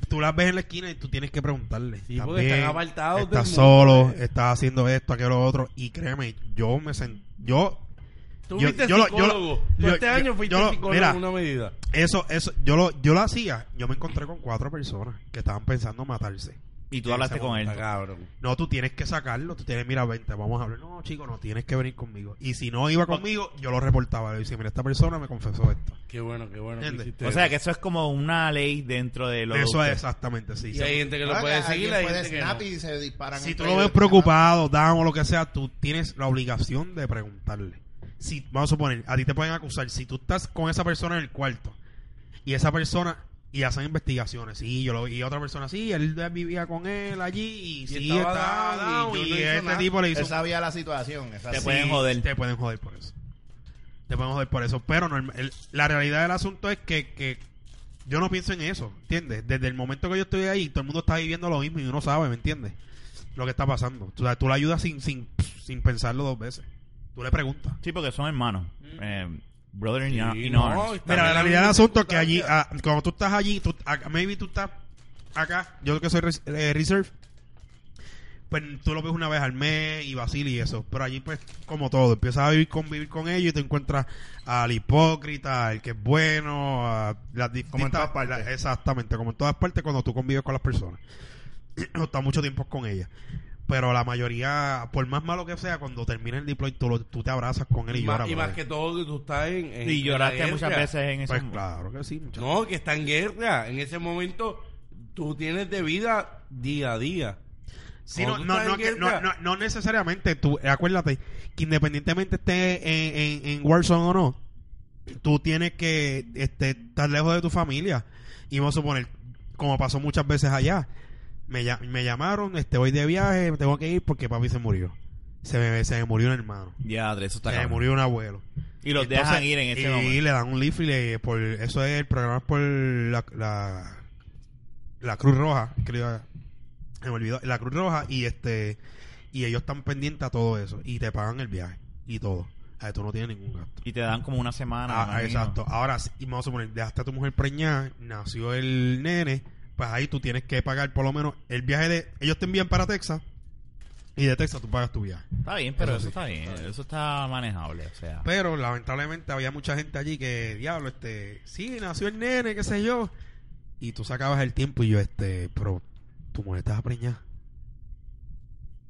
tú las ves en la esquina y tú tienes que preguntarle. Sí, porque están apartados Estás del solo, mundo. eh. estás haciendo esto, aquello, lo otro. Y créeme, yo me senté. Yo. Tú Yo- fuiste yo lo- yo lo- psicólogo. Tú yo- este yo- año fuiste yo lo- psicólogo mira. en una medida. Eso, eso, yo lo, yo lo hacía. Yo me encontré con cuatro personas que estaban pensando matarse. Y tú hablaste con él. Está cabrón. No, tú tienes que sacarlo. Tú tienes, mira, vente, vamos a hablar. No, chico, no, tienes que venir conmigo. Y si no iba conmigo, yo lo reportaba. Le decía, mira, esta persona me confesó esto. Qué bueno, qué bueno. que ¿Entiendes? hiciste O sea, que eso es como una ley dentro de los... Eso es ah. exactamente, sí. Y sí. hay gente que lo Ahora, puede seguir, Ah, alguien hay puede gente que snap no. y se disparan. Si tú entre lo ellos, ves preocupado, down o lo que sea, tú tienes la obligación de preguntarle. Si, vamos a suponer, a ti te pueden acusar. Si tú estás con esa persona en el cuarto y esa persona y hacen investigaciones, sí, yo lo y otra persona, sí, él vivía con él allí y, sí, estaba estaba down, down, y y, yo no hizo este nada. tipo le Él hizo. sabía la situación. esa- Te sí. pueden joder. Te pueden joder por eso. Te pueden joder por eso. Pero norma- el- la realidad del asunto es que, que yo no pienso en eso, ¿entiendes? Desde el momento que yo estoy ahí, todo el mundo está viviendo lo mismo y uno sabe, ¿me entiendes? Lo que está pasando. O sea, tú la ayudas sin, sin, sin pensarlo dos veces. Tú le preguntas. Sí, porque son hermanos. Eh, brother in, Sí, in no, arms. está- Mira, También la hay realidad del una asunto es que allí, sustancia. ah, cuando tú estás allí, tú, acá- maybe tú estás acá, yo que soy res- eh, reserve, pues tú lo ves una vez al mes y vacil y eso. Pero allí, pues, como todo, empiezas a vivir, convivir con ellos y te encuentras al hipócrita, al que es bueno, a las Como en distintas- todas partes. la- exactamente, como en todas partes cuando tú convives con las personas. o estás mucho tiempo con ellas. Pero la mayoría, por más malo que sea, cuando termina el deploy, tú, lo- tú te abrazas con él y, Y, lloras. más, y más brother. que todo que tú estás en, en- Y en lloraste la muchas guerra. veces en ese Pues momento. claro que sí, muchachos. No, que está en guerra. En ese momento tú tienes de vida día a día. Sí, no, Cuando tú no, estás no, en que- no, guerra, no, no necesariamente. Tú, eh, acuérdate que independientemente esté en, en, en Warzone o no, tú tienes que este, estar lejos de tu familia. Y vamos a suponer, como pasó muchas veces allá, me, lla- me llamaron, este, voy de viaje, me tengo que ir porque papi se murió. Se me, se me murió un hermano. Ya, eso está Se me cabrón. murió un abuelo. Y los Entonces, dejan ir en ese y momento. le dan un leaf y le- por, eso es el programa es por la, la, la Cruz Roja, que le iba- me olvidó, la Cruz Roja y este y ellos están pendientes a todo eso y te pagan el viaje y todo. A esto no tiene ningún gasto. Y te dan como una semana. Ah, me imagino. exacto. Ahora, sí, y vamos a suponer, dejaste a tu mujer preñada, nació el nene, pues ahí tú tienes que pagar por lo menos el viaje de... Ellos te envían para Texas y de Texas tú pagas tu viaje. Está bien, pero eso, Eso sí, está bien. Eso está manejable, o sea. Pero lamentablemente había mucha gente allí que, diablo, este, sí, nació el nene, qué sé yo. Y tú sacabas el tiempo y yo, este, pero tu mujer estaba preñada.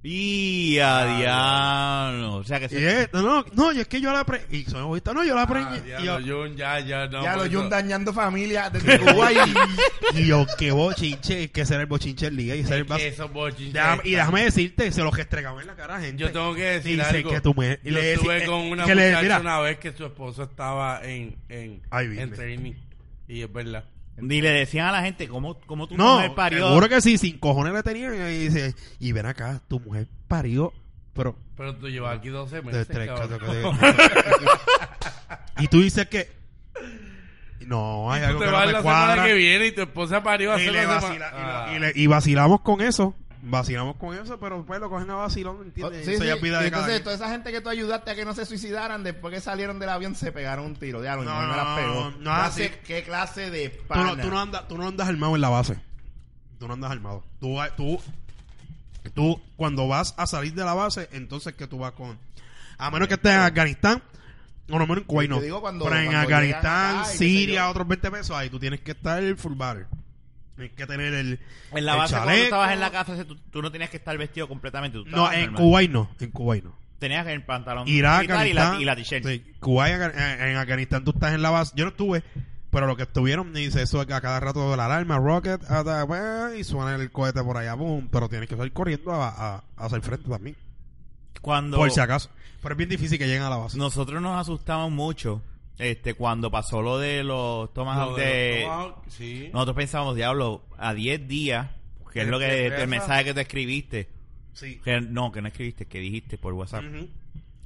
Y a diablo. O sea que Y se- eh, no, no, no, yo es que yo la preñé. Y son egoístas, no, yo la preñé. Ah, y, yo, diablo, Jun, ya, ya, no, Ya lo pues, Jun no. dañando familia desde Uruguay. y yo, qué bochinche, es que será el bochinche en liga y será el Es más. que esos bochinches Déjame- y están- déjame decirte, se los que estregaban en la cara a gente. Yo tengo que decir Dice algo. que tu mujer- y Yo le estuve decí- con una que le- muchacha mira. una vez que su esposo estaba en, en, Ay, bien. en training. Y es verdad. Ni le decían a la gente cómo, cómo tu no, mujer parió. seguro que sí, sin cojones la tenían. Y dice, y ven acá, tu mujer parió, pero Pero tú llevas aquí 12 De meses, tres, cabrón. creo que- y tú dices que no hay Tú algo te que no vas me la cuadra semana que viene y tu esposa parió hace y, le dos semanas. vacila- y la- Ah. y le- y vacilamos con eso vacilamos con eso pero después lo cogen a vacilón ¿entiendes? Oh, Sí, eso sí. ya es vida Y de cada Entonces, quien. toda esa gente que tú ayudaste a que no se suicidaran, después que salieron del avión, se pegaron un tiro. Ya, lo No, no, me las pegó. no, Clase- así- ¿Qué clase de tú no, pana? tú no andas tú no andas armado en la base tú no andas armado tú va- tú tú cuando vas a salir de la base entonces que tú vas con a menos que estés en Afganistán o no menos en Kuwait Yo no digo cuando- pero en cuando llegan Afganistán acá y qué sé Siria yo. otros 20 pesos ahí tú tienes que estar full bar Tienes que tener el. En la el base, cuando tú chaleco. estabas en la casa, tú, tú no tenías que estar vestido completamente. Tú No, estabas en normal. Kuwait no. En Kuwait no. Tenías el pantalón Irak, militar y la, Afganistán. y la t-shirt. sí, Kuwait, Afgan- en, en Afganistán tú estás en la base. Yo no estuve, pero lo que estuvieron, dice eso, que a cada rato la alarma, rocket, ata- bah, y suena el cohete por allá, boom. Pero tienes que salir corriendo a, a- a hacer frente también. Cuando Por si acaso. Pero es bien difícil que lleguen a la base. nosotros nos asustamos mucho este cuando pasó lo de los Tomahawk Lo de... de los Tomahawk, sí. Nosotros pensamos, diablo, a 10 días, que es lo que Empieza- el mensaje que te escribiste. Sí. Que, no, que no escribiste, que dijiste por WhatsApp. Ujú.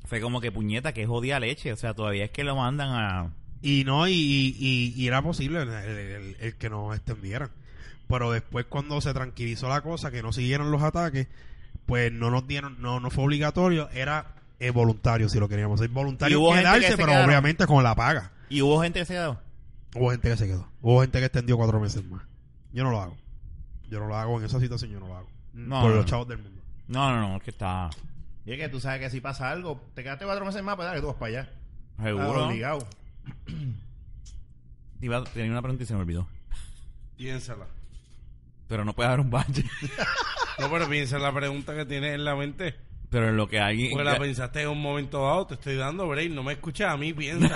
Fue como que puñeta, que jodida leche. O sea, todavía es que lo mandan a. Y no, y, y, y era posible el, el- el que nos extendieran. Pero después cuando se tranquilizó la cosa, que no siguieron los ataques, pues no nos dieron, no, no fue obligatorio, era eh, voluntario si lo queríamos hacer. Y Voluntario hubo gente que quedarse, se pero quedaron. obviamente con la paga. Y hubo gente que se quedó. Hubo gente que se quedó. Hubo gente que extendió cuatro meses más. Yo no lo hago. Yo no lo hago en esa situación, yo no lo hago. No, Por no, los no. chavos del mundo. No, no, no, es que está. Y es que tú sabes que si pasa algo, te quedaste cuatro meses más, pues dale, tú vas para allá. Seguro. Obligado. Iba a- tenía una pregunta y se me olvidó. Piénsala. Pero no puede haber un bache. No, pero piensa en la pregunta que tienes en la mente. Pero en lo que alguien. Porque Pues la pensaste en un momento dado, te estoy dando break, no me escuchas a mí, piensa.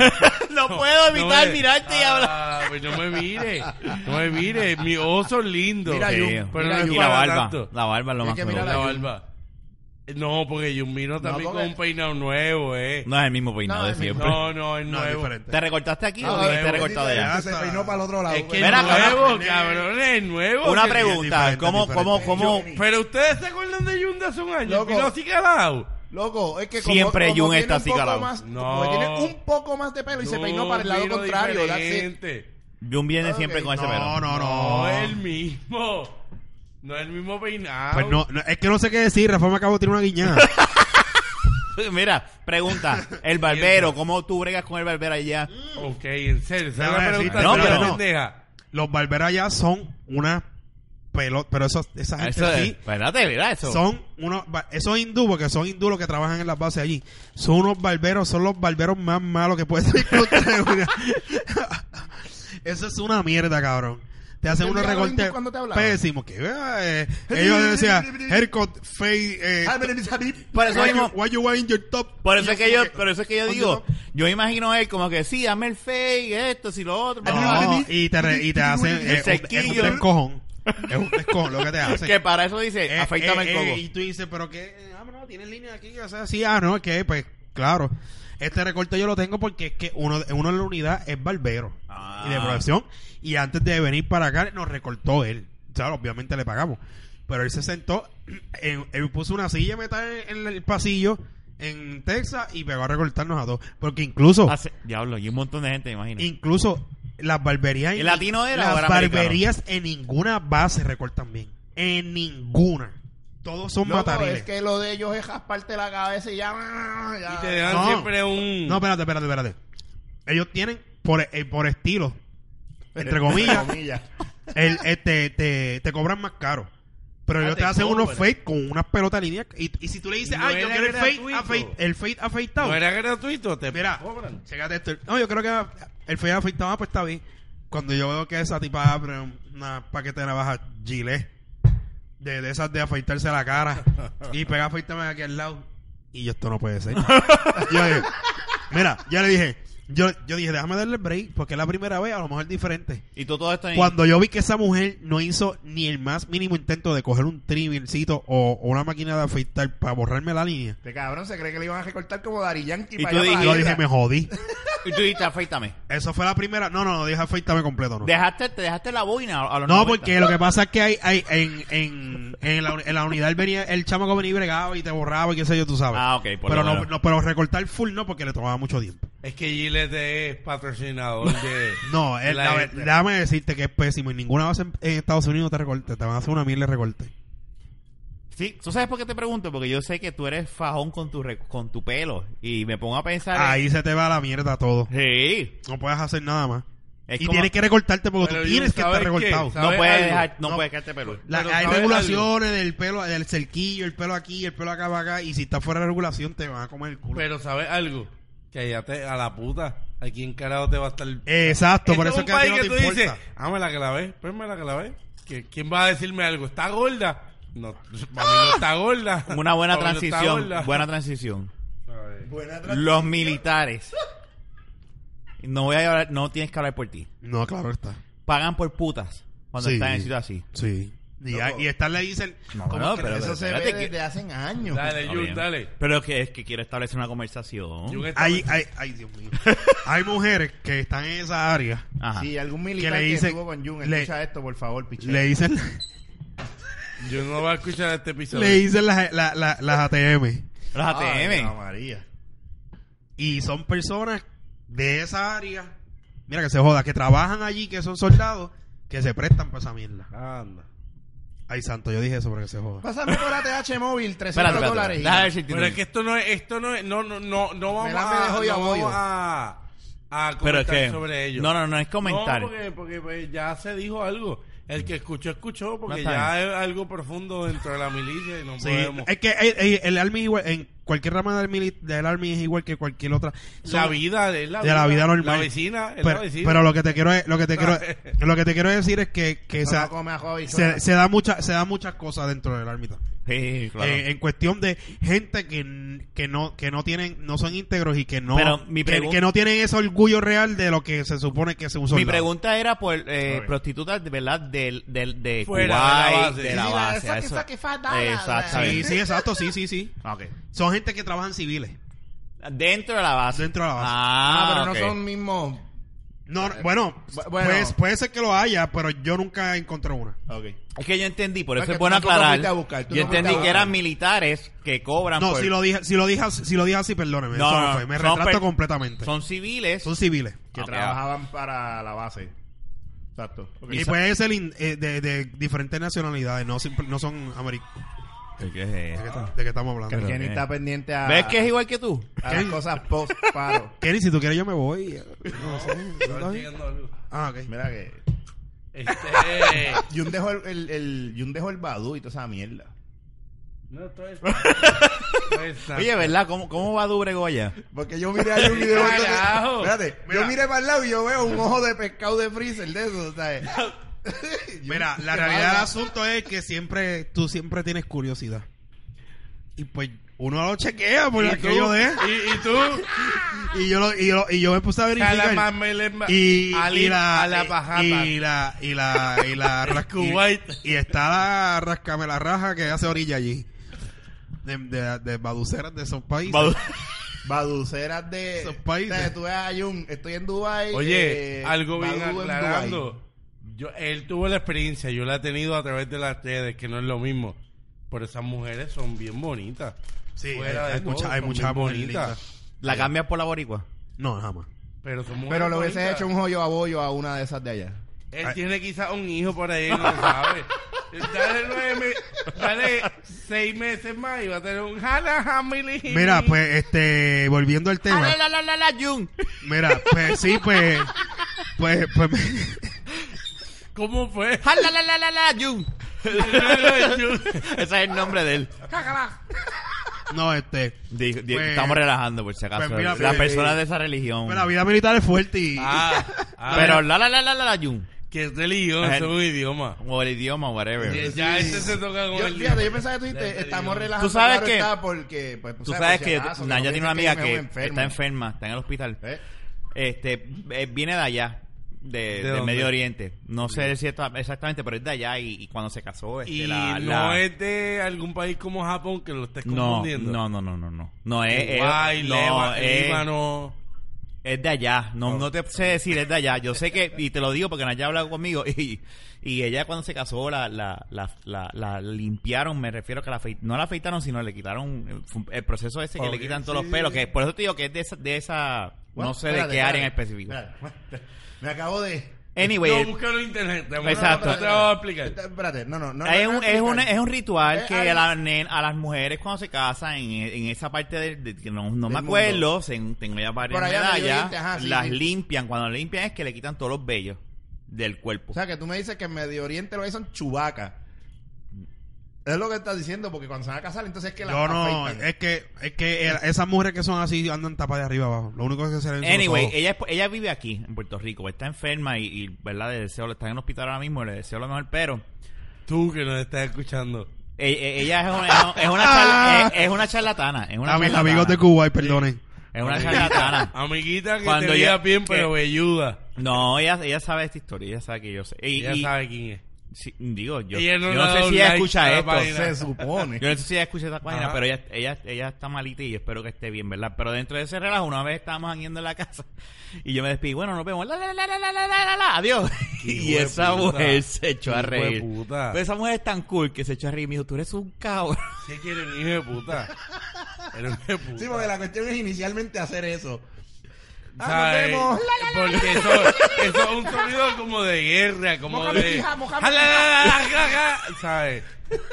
no puedo evitar No me- mirarte y hablar. Ah, pues no me mire, no me mire, mi oso es lindo. Mira, Sí, Jun, Ah, pero mira, no es y Jun. la para barba. tanto. La barba es lo Es más que que mira La la barba. No, porque Yumbino también porque- con un peinado nuevo, eh. No es el mismo peinado No, de es el mismo. siempre. No, no, es No, es nuevo. diferente. ¿Te recortaste aquí No, o no, te es has recortado bendito, allá? ya Se peinó para el otro lado. es que Ven es acá. nuevo, cabrón, es nuevo. Una que- pregunta, diferente, ¿cómo, diferente. cómo, cómo? Johnny. Pero ustedes se acuerdan de Yun de hace un año. Loco. ¿Y no así calado? Loco, es que como, Siempre como Jun tiene está un poco acicalado. más- No. Como tiene un poco más de pelo y se peinó para el lado Yumbino contrario. that's it. diferente. Jun viene Ok, siempre con ese no, pelo. no, no. No, es el mismo. No es el mismo peinado. Pues no, no, es que no sé qué decir, Rafa me acabo de tirar una guiñada. Mira, pregunta, el barbero, ¿cómo tú bregas con el barbero allá? Ok, en serio. Esa es No, la sí, pregunta pero- no, pero pero no. pendeja. Los barberos allá son una pelota, Ah, pero esas esa gente Eso es, sí espérate, mira eso. son unos ba- esos hindú porque son hindú los que trabajan en las bases allí. Son unos barberos, son los barberos más malos que puedes encontrar. güey. Eso es una mierda, cabrón. Te hacen ¿Entendía unos los hindús recortes cuando te hablaban? pésimos que eh, ellos decían haircut face eh, Ah, pero es Habib. Por eso why, you, mismo- why you wearing your top por eso es que yo, por pero eso es que yo digo, yo imagino a él como que sí, dame el fake, esto, si lo otro, bla, bla, bla. Ah, no, y te, re- y te hacen El eh, un- es cerquillo. un descojón es un descojón lo que te hacen que para eso dice, Eh, afeítame eh, el coco. eh, y tú dices, pero que, ah, no, tienes línea aquí, o sea, sí, ah, no, es que, pues, claro. Este recorte yo lo tengo porque es que uno, uno en la unidad es barbero Ah. y de profesión. Y antes de venir para acá, nos recortó él. Claro, obviamente le pagamos. Pero él se sentó, él, él puso una silla de metal en el pasillo en Texas y pegó a recortarnos a todos. Porque incluso, Hace- diablo, y un montón de gente, me imagino. incluso las barberías. ¿El latino era o Las era americano? barberías en ninguna base recortan bien. En ninguna. Todos son Loco, matariles. es que lo de ellos es rasparte la cabeza y ya. ah, ya. Y te dan No. siempre un... No, espérate, espérate, espérate. Ellos tienen por, eh, por estilo, entre comillas, el, eh, te, te, te cobran más caro. Pero Ah, ellos te te hacen unos cobran. fake con unas pelotas líneas. Y, y si tú le dices, No ah, yo era quiero el fade, gratuito. afeit- el fade afeitado. ¿No era gratuito? Te Mira, cobran. chécate esto. No, yo creo que el fade afeitado, ah, pues está bien. Cuando yo veo que esa tipa abre una paquete de navaja gilet, de, de esas de afeitarse la cara, y pega afeitarme aquí al lado, y yo, esto no puede ser. yo dije, mira, ya le dije, yo, yo dije, déjame darle el break, porque es la primera vez, a lo mejor diferente. Y tú todo esto en- Cuando yo vi que esa mujer no hizo ni el más mínimo intento de coger un trimmercito o, o una máquina de afeitar para borrarme la línea, Este cabrón se cree que le iban a recortar como Dari Yankee. Y para tú allá, dijiste- para yo allá. dije, me jodí. y tú dijiste, afeítame. Eso fue la primera. No, no, no, deja afeitarme completo, no. Dejaste, te dejaste la boina a los no, 90. porque lo que pasa es que hay, hay en, en, en, la, en la unidad él venía, el chamaco venía y bregaba y te borraba y qué sé yo, tú sabes. Ah, ok, por pero lo no, menos. no, pero recortar full no porque le tomaba mucho tiempo. Es que Gillette es patrocinador de... No, de él- la la ver- gente. déjame decirte que es pésimo. En ninguna base en, en Estados Unidos te recorte, te van a hacer una mil de recorte. Sí, ¿tú sabes por qué te pregunto? Porque yo sé que tú eres fajón con tu, re- con tu pelo. Y me pongo a pensar... en- Ahí se te va la mierda todo. Sí. No puedes hacer nada más. Es y como- tienes que recortarte porque Pero, tú Jun, tienes que estar ¿sabes qué? recortado. ¿Sabes? No puedes algo? dejar, no, No. puedes quedarte pelo. La- Pero hay ¿sabes regulaciones del pelo, del cerquillo, el pelo aquí, el pelo acá, para acá. Y si está fuera de regulación, te van a comer el culo. Pero ¿sabes algo? Que allá te, a la puta, aquí en carajo te va a estar... Exacto, Esto por Este es un eso es que a ti país no que te tú importa. dices, ah, me la clavé, pues me la clavé. que- ¿Quién va a decirme algo? ¿Está gorda? No, para mí no está gorda. Una buena Para mí no está transición. gorda. Buena transición. Buena tra- Los militares. No voy a hablar, no tienes que hablar por ti. No, claro está. Pagan por putas cuando Sí. están en sitios así. Sí. Y, Loco. y esta le dicen. No, ¿cómo no, que pero- Eso se espérate ve que- desde hace años. Dale, Está Jun, bien. dale. Pero es que, es que quiero establecer una conversación. Jun está- Hay, hay, ay, Dios mío. hay mujeres que están en esa área. Ajá. Si algún militar Que que, le dicen- estuvo con Jun le- escucha esto, por favor, pichero. Le dicen, Yo no voy a escuchar este episodio. le dicen las, la- la- las ATM. Los Ah, Ay, Ave ATM. María. Y son personas de esa área. Mira que se joda, que trabajan allí, que son soldados, que se prestan para esa mierda. Anda. Ay, santo, yo dije eso para que se joda. Pásame por ATH móvil, 300 Espérate, espérate. dólares. Déjame ver si el Pero es título- que esto no es, esto no es, no, no, no, no vamos la me a, dejó y no abollo. vamos a, a Pero comentar es que. sobre ello. No, no, no es comentar. No, porque, porque, pues, ya se dijo algo. El que escuchó, escuchó, porque No está ya es algo profundo dentro de la milicia y no Sí, podemos. es que el, el- el Army es igual, en cualquier rama del, mili- del Army es igual que cualquier otra. la Son- vida es la de la vida normal. La vecina es pero, la vecina. pero lo que te quiero es- lo que te quiero lo que te quiero decir es que, que No, se, no come a Joey, se, suena. se da mucha se da muchas cosas dentro del árbitro Sí, claro. Eh, en cuestión de gente que, n- que no que no tienen no son íntegros y que no Pero mi que, pregun- que no tienen ese orgullo real de lo que se supone que es un Mi soldado. pregunta era por eh, prostitutas, de ¿verdad? Del, del, de Fuera de la Kuwait, base. de Sí, la la- base. esa que- eso. esa que fue dada, sí Exactamente. sí exacto sí sí sí Ah, ok. son gente que trabajan civiles Dentro de la base. Dentro de la base. Ah, Ah, pero ok. no son mismos. no no, bueno, Bu- bueno. Pues, puede ser que lo haya pero yo nunca encontré una Ok. Es que yo entendí, por No, eso es es, que bueno tú no fuiste aclarar. a buscar, tú yo no fuiste entendí a que buscar. eran militares que cobran no por... si lo dije si lo dije así- si lo dije así perdóneme No, eso no, no no, fue. me son retracto per- completamente Son civiles. son civiles Que Ok. trabajaban para la base. Exacto. Ok. Y puede ser in- eh, de, de diferentes nacionalidades, no, simple- no son americanos. ¿De, qué está- de qué estamos Que hablando? Kenny está pendiente a, ¿Ves que es igual que tú? a las cosas post-paro. Kenny, si tú quieres, yo me voy. No sé. Estaba llegando algo. Ah, ok. Mira que... Este, Jun dejó el, el, el, Jun dejó el Badu y toda esa mierda. no, esto es- esto es- Oye, ¿verdad? ¿Cómo, cómo va Dubrego allá? Porque yo miré ahí un video. Carajo. Espérate, yo Mira. miré para el lado y yo veo un ojo de pescado de freezer de eso, ¿sabes? Mira, la realidad del asunto es que siempre, tú siempre tienes curiosidad. Y pues uno lo chequea por ¿Y aquello tú? de... ¿Y, y tú? Y yo, lo- y, yo, lo- y yo me puse a A la verificar. mamelema- Y, Ali- y la, eh, a la pajata. y la y la y la rasca- y- Kuwait. y, está la rascame la raja que hace orilla allí de, de, de baduceras de esos países Badu- Baduceras de. Esos países. O sea, tú ves a Jun, estoy en Dubai. Oye, eh, algo bien Badu en Dubái. aclarando. Yo, él tuvo la experiencia, yo la he tenido a través de las redes, que no es lo mismo. Pero esas mujeres son bien bonitas. Sí, Fuera hay, de hay todo, mucha- hay son muchas bien bonitas. ¿La cambias por la boricua? No, jamás. Pero son mujeres Pero le hubieses bonitas. hecho un joyo a bollo a una de esas de allá. Él Ay. tiene quizás un hijo por ahí, no lo sabe. Dale, nueve me- dale seis meses más y va a tener un jala, jamili. Mira, pues, este, volviendo al tema. Ah, la, la, la, la, Jun! Mira, pues sí, pues, pues, pues, ¿Cómo fue? Ah, la, la, la, la, la, Jun! Ese es el nombre de él. no, este, Di- di- Pues- estamos relajando, por si acaso. pues mira, Las pues- eh, personas de esa religión. pues, la vida militar es fuerte y, Ah, ah, Pero la, la, la, la, la, la, Jun. que es religioso, es un idioma. O el idioma, whatever. Ya, ya ese se toca con Yo, el fíjate, yo pensaba que tú dijiste, estamos relajando. Tú sabes claro que- está, porque, pues, Tú sabes que Naya Naya tiene una amiga que está enferma, está en el hospital. ¿Eh? Este, eh, viene de allá, de, del dónde? Medio Oriente. No sé si está- exactamente, pero es de allá y, y cuando se casó, este, Y la- no la- es de algún país como Japón que lo estés no, confundiendo. no, no, no, no, no. No, es, es- Uruguay, no, Leva- es- Líbano. es de allá. No, no te sé decir, es de allá. Yo sé que, y te lo digo porque Naya ha hablado conmigo, y, y ella cuando se casó la, la, la, la, la limpiaron, me refiero que la afeit- no la afeitaron, sino le quitaron eh, fue un- el proceso ese que Ok, le quitan todos sí, los pelos, sí, sí. que por eso te digo que es de esa, de esa no Bueno, sé espérate, de qué área en espérate, específico. espérate. Me acabo de. Anyway, No, el- búscalo en internet. te- Exacto. No, te lo voy a explicar. Espérate, Espérate, no, no, no. es, no un, te voy a es, un, explicar. es un ritual Eh, que hay- a, la nen- a las mujeres cuando se casan, en, en esa parte de, de- que no, no me Del acuerdo, se- tengo ya varias Por allá en el Medio medallas, Oriente, ajá, sí, las sí. limpian. Cuando las limpian es que le quitan todos los vellos del cuerpo. O sea, que tú me dices que en Medio Oriente lo dicen chubaca. Es lo que estás diciendo, porque cuando se van a casar, entonces es que la Yo no, afeitan. es que, es que el- esas mujeres que son así andan tapadas de arriba abajo. Lo único que se ven son los Anyway, eh, ojos. ella, es- ella vive aquí, en Puerto Rico. Está enferma y, y, ¿verdad? Le deseo, está en el hospital ahora mismo, le deseo lo mejor, pero Tú que nos estás escuchando. eh, eh, ella es una, es una, charla- es- es una charlatana. Es una A mis charlatana. amigos de Cuba, y perdonen. Es una charlatana. Amiguita que Cuando te veía ya- bien, que- pero velluda. No, ella, ella sabe esta historia, ella sabe que yo sé. Y, Ella y- sabe quién es. sí, digo, yo, Ella no yo le ha no sé dado si ella like a escucha la esto. página. Se supone. Yo no sé si ella escucha esta página, Ajá. pero ella, ella, ella está malita y yo espero que esté bien, ¿verdad? Pero dentro de ese relajo, una vez estábamos yendo en la casa y yo me despedí, bueno, nos vemos, la, la, la, la, la, la, la, la, la, adiós. Y Hijo de esa puta. mujer se echó a Hijo de reír. puta. Pero esa mujer es tan cool que se echó a reír y me dijo, tú eres un cabrón. ¿Qué quiere el hijo de puta? El hijo de puta. Sí, porque la cuestión es inicialmente hacer eso. Ah, nos ¿Sabes? vemos. Porque eso, eso es un sonido como de guerra, como Mójame, de... hija, mójame, Ja, la, la, la, la, ja, ja. ¿Sabes?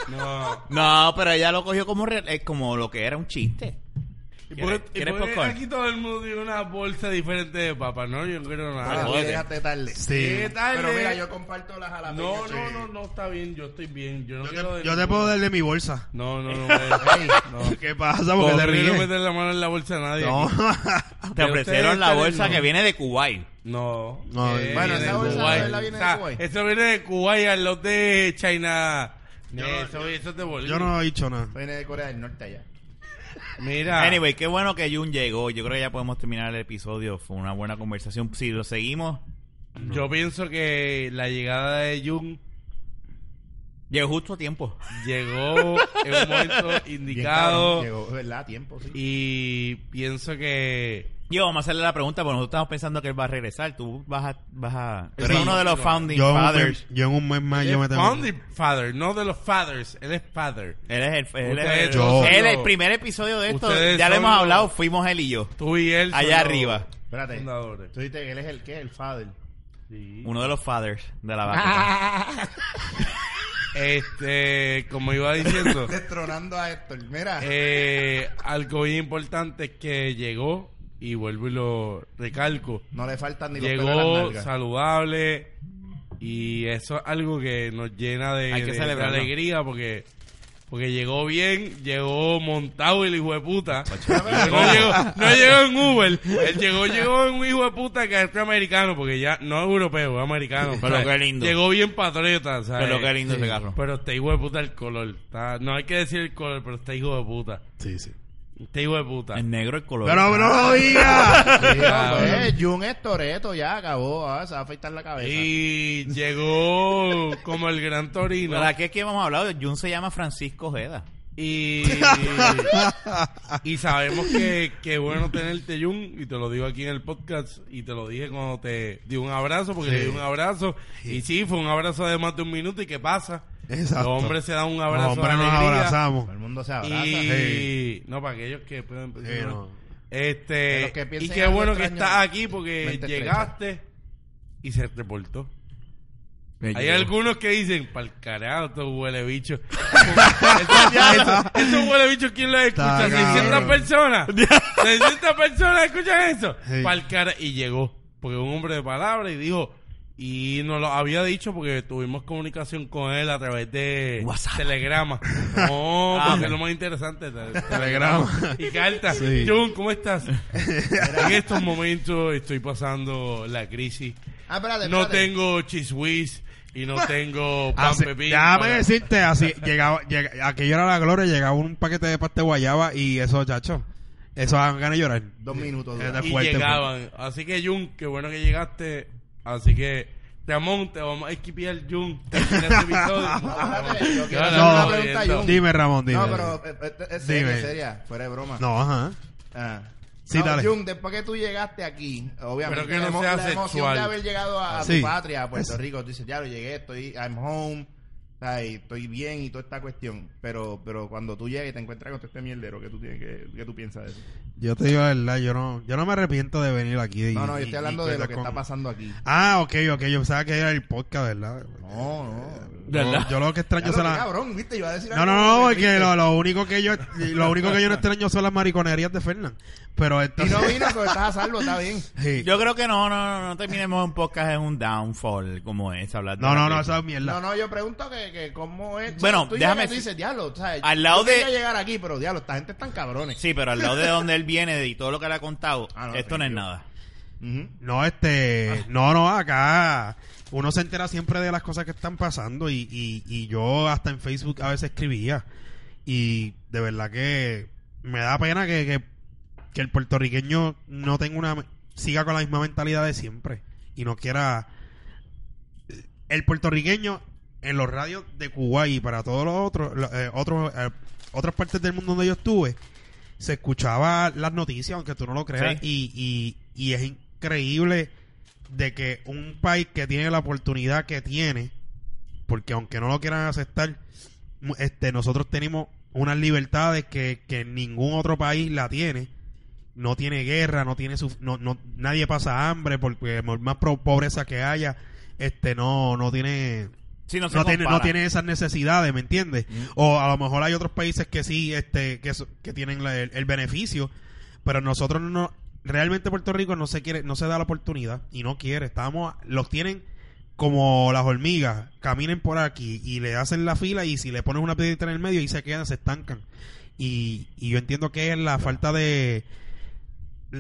No. No, pero ella lo cogió como, re- eh, como lo que era un chiste. ¿Y ¿Quieres- por qué- y quieres por qué popcorn? aquí todo el mundo tiene una bolsa diferente de papas? No, yo no quiero Ah, nada. Pero- jódete. déjate tarde. Sí. ¿Qué tal? eh? Pero mira, yo comparto las jalapeñas. No, sí. no, no, no, está bien, yo estoy bien. Yo no Yo quiero te, de yo te ninguna. puedo darle mi bolsa. No, no, no. Ey, no. ¿Qué pasa? no. Porque No te quiero ríes. meter la mano en la bolsa a nadie. No. aquí. Te Pero ustedes ofrecieron la están bolsa en- que viene de Kuwait. No. No, Eh, bueno, viene esa de bolsa, Kuwait. ¿verdad? Viene de O sea, Kuwait. Eso viene de Kuwait al los de China. Eh, eso, eso es de Bolivia. Yo no he dicho nada. Viene de Corea del Norte allá. Mira. Anyway, qué bueno que Jun llegó. Yo creo que ya podemos terminar el episodio. Fue una buena conversación. Si lo seguimos, Yo pienso que la llegada de Jung llegó justo a tiempo. llegó en un momento Bien indicado cabrón, Llegó, ¿verdad? A tiempo, sí. y pienso que Yo vamos a hacerle la pregunta, porque nosotros estamos pensando que él va a regresar. Tú vas a... Vas a tú eres Sí. uno de los founding Yo en, un mes, fathers. yo en un mes más Ah, yo me es tengo. founding father, no de los fathers, él es father. Él es el, él es Ustedes el- dos él son el los- primer episodio de esto. Ustedes Ya lo son hemos los- hablado, fuimos él y yo. Tú y él son Allá los arriba. Espérate. fundadores. Tú dices que él es el qué, el father. Sí. Uno de los fathers de la Ah, vaca. Este, como iba diciendo, Destronando a Héctor. Mira. eh, algo bien importante es que llegó y vuelvo y lo recalco. no le faltan ni los pelos en las llegó nalgas. saludable y eso es algo que nos llena de, Hay que de- de celebrarlo. alegría porque porque llegó bien, llegó montado el hijo de puta. pero- No llegó, no llegó en Uber, él llegó, llegó en un hijo de puta que es americano, porque ya no es europeo, es americano. Pero ¿sabes? qué lindo. Llegó bien patriota, ¿sabes? Pero qué lindo ese carro. Pero este hijo de puta el color. está- no hay que decir el color, pero este hijo de puta. Sí, sí. Este hijo de puta. En negro el color. Pero no lo digas. Sí, Cabrón. pues, Jun es Toreto, ya acabó. ah, se va a afeitar la cabeza. Y llegó como el gran Torino. ¿Para qué es que hemos hablado? Jun se llama Francisco Ojeda. Y, y sabemos que, que es bueno tenerte, Jun, y te lo digo aquí en el podcast, y te lo dije cuando te di un abrazo, porque le di un abrazo, y sí, fue un abrazo de más de un minuto, ¿y qué pasa? Exacto. Los hombres se dan un Los abrazo de hombres nos alegría, Todo abrazamos. el mundo se abraza. Y, Sí. no, para aquellos que pueden... Sí, no. Este, Los que y piensen qué algo bueno que extraño, estás aquí, porque mente llegaste y se reportó. Hay algunos que dicen, pa'l carajo, estos huele bicho. Estos estos huele bicho, ¿quién los escucha? Está cabrón. 600 personas. 600 personas escuchan eso. Sí. Pa'l carajo. Y llegó, porque un hombre de palabra y dijo, y nos lo había dicho porque tuvimos comunicación con él a través de WhatsApp. telegrama. No, Ah, porque es man. lo más interesante. te- Telegrama. Y carta. Sí. John, ¿cómo estás? en estos momentos estoy pasando la crisis. Ah, espérate, espérate. No tengo cheese whiz y no tengo pan Así- pepín. Ah, déjame para- decirte, así, llegaba, llega, aquello era la gloria, llegaba un paquete de pasta de guayaba y eso, chacho, eso dan ganas de llorar. Dos minutos. Eh, dura. de- Y fuerte, pues. llegaban. Así que, Jun, qué bueno que llegaste. Así que, Ramón, te vamos a esquipear, Jun. Termina este Ah, Espérate, episodio. yo quiero No, hacer una no, pregunta a no. Jun. Dime, Ramón, dime. No, pero eh, eh, es Dime. seria, seria. Fuera de broma. No, ajá. Ah. Sí, No, dale. Jun, después que tú llegaste aquí, obviamente, Pero que la no emo- sea la emoción sexual. de haber llegado a, a Sí. tu patria, a Puerto Rico, tú dices, ya lo llegué, estoy, I'm home, ay, estoy bien y toda esta cuestión. Pero pero cuando tú llegas y te encuentras con todo este mierdero, ¿qué tú, tienes, que qué tú piensas de eso? Yo te digo la verdad, yo no, yo no me arrepiento de venir aquí. y- No, no, y- yo estoy hablando de y lo cosas que con- está pasando aquí. Ah, ok, ok, yo pensaba que era el podcast, ¿verdad? No, no. Yo, yo lo que Ya extraño lo son que, las... cabrón, viste, yo iba a decir No, algo no, no, muy porque triste. lo, lo único que yo lo único que yo no extraño son las mariconerías de Fernan. Pero Y entonces... no vino, pero estás a salvo, está bien. Sí. Yo creo que no, no, no, no terminemos un podcast en un downfall como es hablar de no, la no, no, película. esa es mierda. No, no, yo pregunto que, que cómo es. Bueno, tú déjame llegas y decir- dices, diablo, o sea, Al lado yo de- quería llegar aquí, pero diablo, esta gente están cabrones. Sí, pero al lado de donde él viene y todo lo que le ha contado, Ah, no, esto no es definitivo. nada. Ujú. No, este, Ah. no, no, acá uno se entera siempre de las cosas que están pasando y, y, y yo hasta en Facebook a veces escribía y de verdad que me da pena que, que, que el puertorriqueño no tenga una, siga con la misma mentalidad de siempre y no quiera, eh, el puertorriqueño en los radios de Cuba y para todos los otros, lo- eh, otros, eh, otras partes del mundo donde yo estuve, se escuchaba las noticias, aunque tú no lo creas, y, y, y es increíble de que un país que tiene la oportunidad que tiene, porque aunque no lo quieran aceptar, mu- este, nosotros tenemos unas libertades que, que ningún otro país la tiene. No tiene guerra, no tiene su, no, no, nadie pasa hambre porque por más pro- pobreza que haya, este no, no tiene Sí, no se no tiene, no compara. Mm. tiene esas necesidades, ¿me entiendes? O a lo mejor hay otros países que sí, este, que, so- que tienen la- el, el beneficio, pero nosotros no, realmente Puerto Rico no se quiere, no se da la oportunidad y no quiere. Estamos, los tienen como las hormigas, caminen por aquí y le hacen la fila y si le pones una piedrita en el medio y se quedan, se estancan. Y, y yo entiendo que es la falta de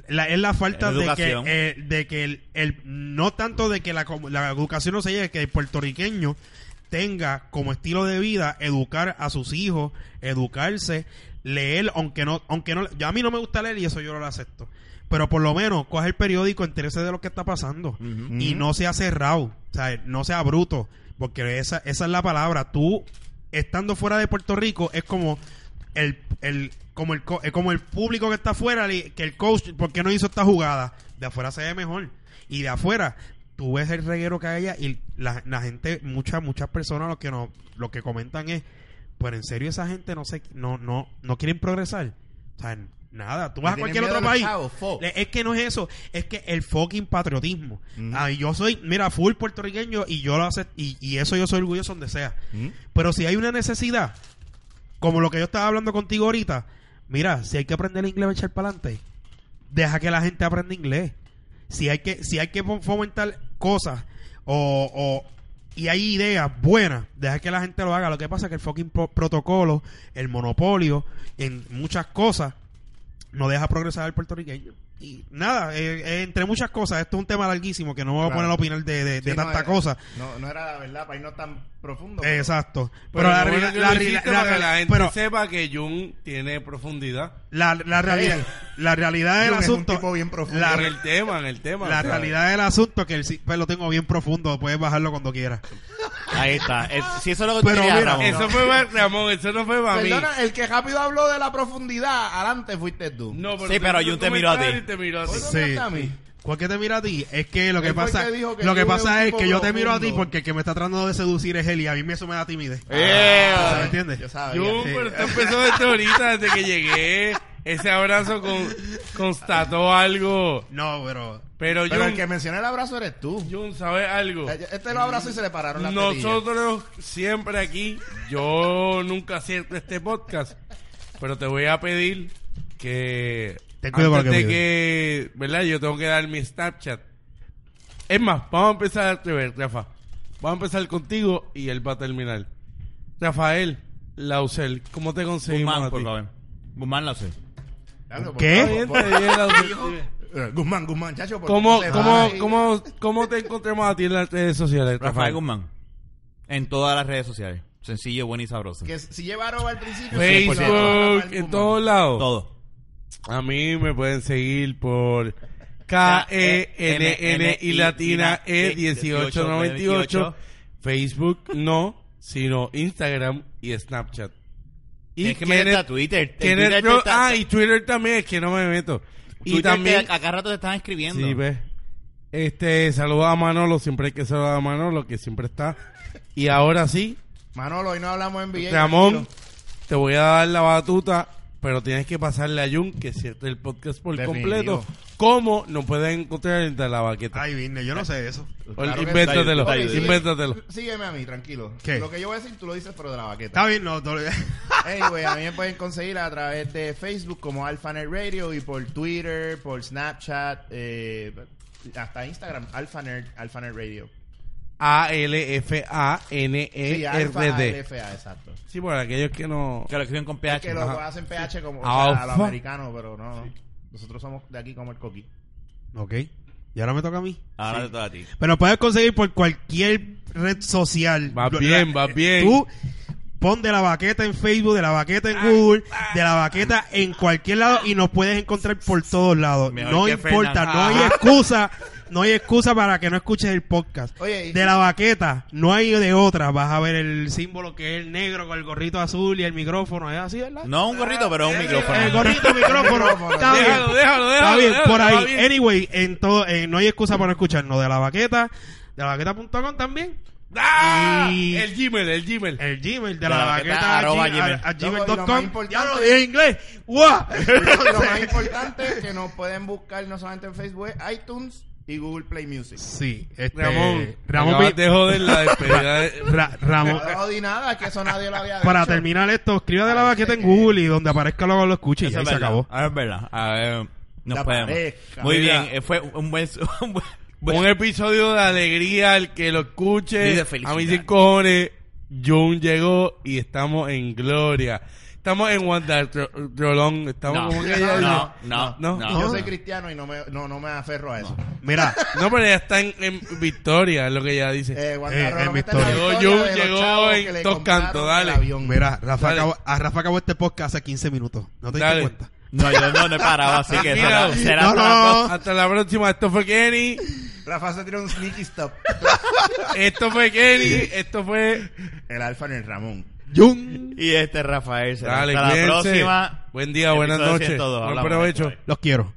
la, es la falta de que, Educación. eh, de que el, el- no tanto de que la, com- la educación no se llegue, que el puertorriqueño tenga como estilo de vida educar a sus hijos, educarse, leer, aunque no, aunque no, yo a mí no me gusta leer y eso yo no lo acepto. Pero por lo menos coge el periódico, entérese de lo que está pasando Ujú. y no sea cerrado, o sea, no sea bruto, porque esa, esa es la palabra. Tú estando fuera de Puerto Rico es como el, el como el co- eh, como el público que está afuera le- que el coach ¿por qué no hizo esta jugada? De afuera se ve mejor y de afuera tú ves el reguero que hay allá y la, la gente muchas muchas personas lo que no lo que comentan es pero en serio esa gente no se no no no quieren progresar. O sea, nada, tú vas a Le tienen cualquier miedo otro a los país. chavos, fo. Le- es que no es eso, es que el fucking patriotismo. Mm. Ah, y yo soy, mira, full puertorriqueño y yo lo hace, y, y eso yo soy orgulloso donde sea. Pero si hay una necesidad, como lo que yo estaba hablando contigo ahorita, mira, si hay que aprender inglés para echar para adelante, deja que la gente aprenda inglés. Si hay que, si hay que fom- fomentar cosas o, o- y hay ideas buenas, deja que la gente lo haga. Lo que pasa es que el fucking pro- protocolo, el monopolio, en muchas cosas, no deja progresar al puertorriqueño. Y nada, eh, eh, entre muchas cosas, esto es un tema larguísimo que no me voy Claro. a poner a opinar de, de, de Sí, no eh, tanta era- cosa. No, no era la verdad, para irnos tan profundo. pero- Eh, Exacto. Pero, Pero, la, lo bueno reali- que la lo reali- hiciste la para que la reali- gente pero sepa que Jun tiene profundidad la- la realidad, la realidad del Jun es un asunto, tipo bien profundo. la, en re- el tema, en el tema. la o sea, realidad eh. del asunto es que el sí- pues, lo tengo bien profundo, puedes bajarlo cuando quieras. Ahí está. Es- si eso es lo que Pero tú querías, mira, Ramón. Eso fue para Ramón, eso no fue para mí. Perdona, el que rápido habló de la profundidad, adelante fuiste tú. No, Sí, tú pero hiciste Jun un te miró a ti. comentario y te miró a ti. ¿Por qué Sí. me está a mí? ¿Cuál que te mira a ti? Es que lo que Él fue el pasa, que dijo que lo que Jun es un pasa es tipo que yo te miro a ti profundo. porque el que me está tratando de seducir es él y a mí me- eso me da timidez. Eh, ¿Me entiendes? Yo sabía. Jun, Sí. pero esto empezó desde ahorita, desde que llegué. Ese abrazo con- constató algo. No, pero Pero Pero el que Jun, menciona el abrazo eres tú. Jun, ¿sabes algo? Este lo abrazó y se le pararon las tetillas. Nosotros siempre aquí, yo nunca acierto este podcast, pero te voy a pedir que Ten cuidado con lo antes de que que, ¿verdad? Yo tengo que dar mi Snapchat. Es más, vamos a empezar al revés, Rafa. Vamos a empezar contigo y él va a terminar. Rafael Lausel, ¿cómo te conseguimos Guzmán, a ti? por favor. Guzmán lo sé. Diablo, por ¿Qué? Está favor, bien, por- está bien, Lausel. Eh, Guzmán, Guzmán, chacho. ¿por qué ¿Cómo, no se cómo, va? cómo, ¿Cómo te encontramos a ti en las redes sociales, Rafael Rafael? Guzmán. En todas las redes sociales. Sencillo, bueno y sabroso. Que si lleva arroba al principio. sí, por favor, Facebook, Rafael en Guzmán. todos lados. Todo. A mí me pueden seguir por E K-E-N-N y latina E E1898. Facebook no, sino Instagram y Snapchat. Y Tienes que meterte a Kenneth- Twitter. En Kenneth Twitter te Ro- está- Ah, y Twitter también, es que no me meto. Twitter Y también... te- a cada rato te están escribiendo. Sí, ves. Este, saluda a Manolo, siempre hay que saludar a Manolo, que siempre está. Y ahora sí, Manolo, hoy no hablamos en billete. Ramón, te voy a dar la batuta, pero tienes que pasarle a Jun, que cierre el podcast por Definitivo. completo, ¿Cómo nos pueden encontrar en la baqueta? Ay, Virne, yo no sé eso. claro que sí. invéntatelo, Está bien, está bien. invéntatelo. Sígueme a mí, tranquilo. ¿Qué? Lo que yo voy a decir, tú lo dices, pero de la baqueta. Está bien, no. no- Anyway, a mí me pueden conseguir a través de Facebook como AlphaNet Radio y por Twitter, por Snapchat, eh, hasta Instagram, AlphaNet, AlphaNet Radio. Sí, Alpha E A-L-F-A-N-E-R-D-D. LFA, exacto. Sí, por aquellos que no... Que lo escriben con Es PH. que lo Ajá. hacen PH como o Alpha. sea, a lo americano, pero no. Nosotros somos de aquí como el coqui. ok. Y ahora me toca a mí. Ahora te toca a ti. Pero puedes conseguir por cualquier red social. Va Lo- bien, la- va eh, bien. Tú pon de la baqueta en Facebook, de la baqueta Ah, en Google, de la baqueta en cualquier lado y nos puedes encontrar por todos lados. Mejor no que importa, Fernan. no hay Ah. excusa, no hay excusa para que no escuches el podcast. Oye, y- de la baqueta, no hay de otra. Vas a ver el símbolo que es el negro con el gorrito azul y el micrófono. ¿Es así, verdad? No un gorrito, pero un eh, El micrófono. gorrito, micrófono. Está bien. Déjalo, déjalo, Está déjalo. bien, déjalo, por está ahí. bien. Anyway, en todo, eh, no hay excusa para no escucharnos de la baqueta, de la baqueta.com también. ¡Ah! Y- El Gmail, el Gmail. El Gmail de la, baqueta, arroba gmail, gmail. a- a No, y lo gmail.com. más importante- Ya lo dije en inglés. ¡Guau! lo más importante es que nos pueden buscar no solamente en Facebook, iTunes y Google Play Music. Sí, este, Ramón, Ramón, acabas Pi- eh, de joder la despedida. de- Ra- Ramón, No di nada, es que eso nadie lo había dicho. para terminar esto, escriba de la baqueta en Google y donde aparezca luego lo escuche y Eso ahí es se verdad. acabó. Ah, es verdad. A ver, nos La podemos. pareja. Muy Mira. bien, eh, fue un buen. Un buen, buen- Un episodio de alegría al que lo Y de escuche. felicidad. A mí sin cojones, Jun llegó y estamos en gloria. Estamos en Wanda Tro- Trolón. Estamos No, como que no, ella- no, no, no, no. Yo soy cristiano y no me, no, no me aferro a eso. Mira, No, pero ella está en, en Victoria, es lo que ella dice. Eh, Wanda Eh, Rolón en está en la Victoria. victoria Llegó, de los llegó chavos en que le dos compraron cantos, el dale. avión. mira, Rafa, Dale. acabó, a Rafa acabó este podcast hace 15 minutos. ¿No te Dale. diste cuenta? No, yo no, no he parado, así que será, será No, hasta la no. próxima. Hasta la próxima. Esto fue Kenny. Rafa se tiró un sneaky stop. Esto fue Kenny. Esto fue. El alfa en el Ramón. Jun, Y este es Rafael. Será Dale, hasta la cuídense. próxima. Buen día, buenas Episodio noches. 102. Buen Hablamos. provecho. los quiero.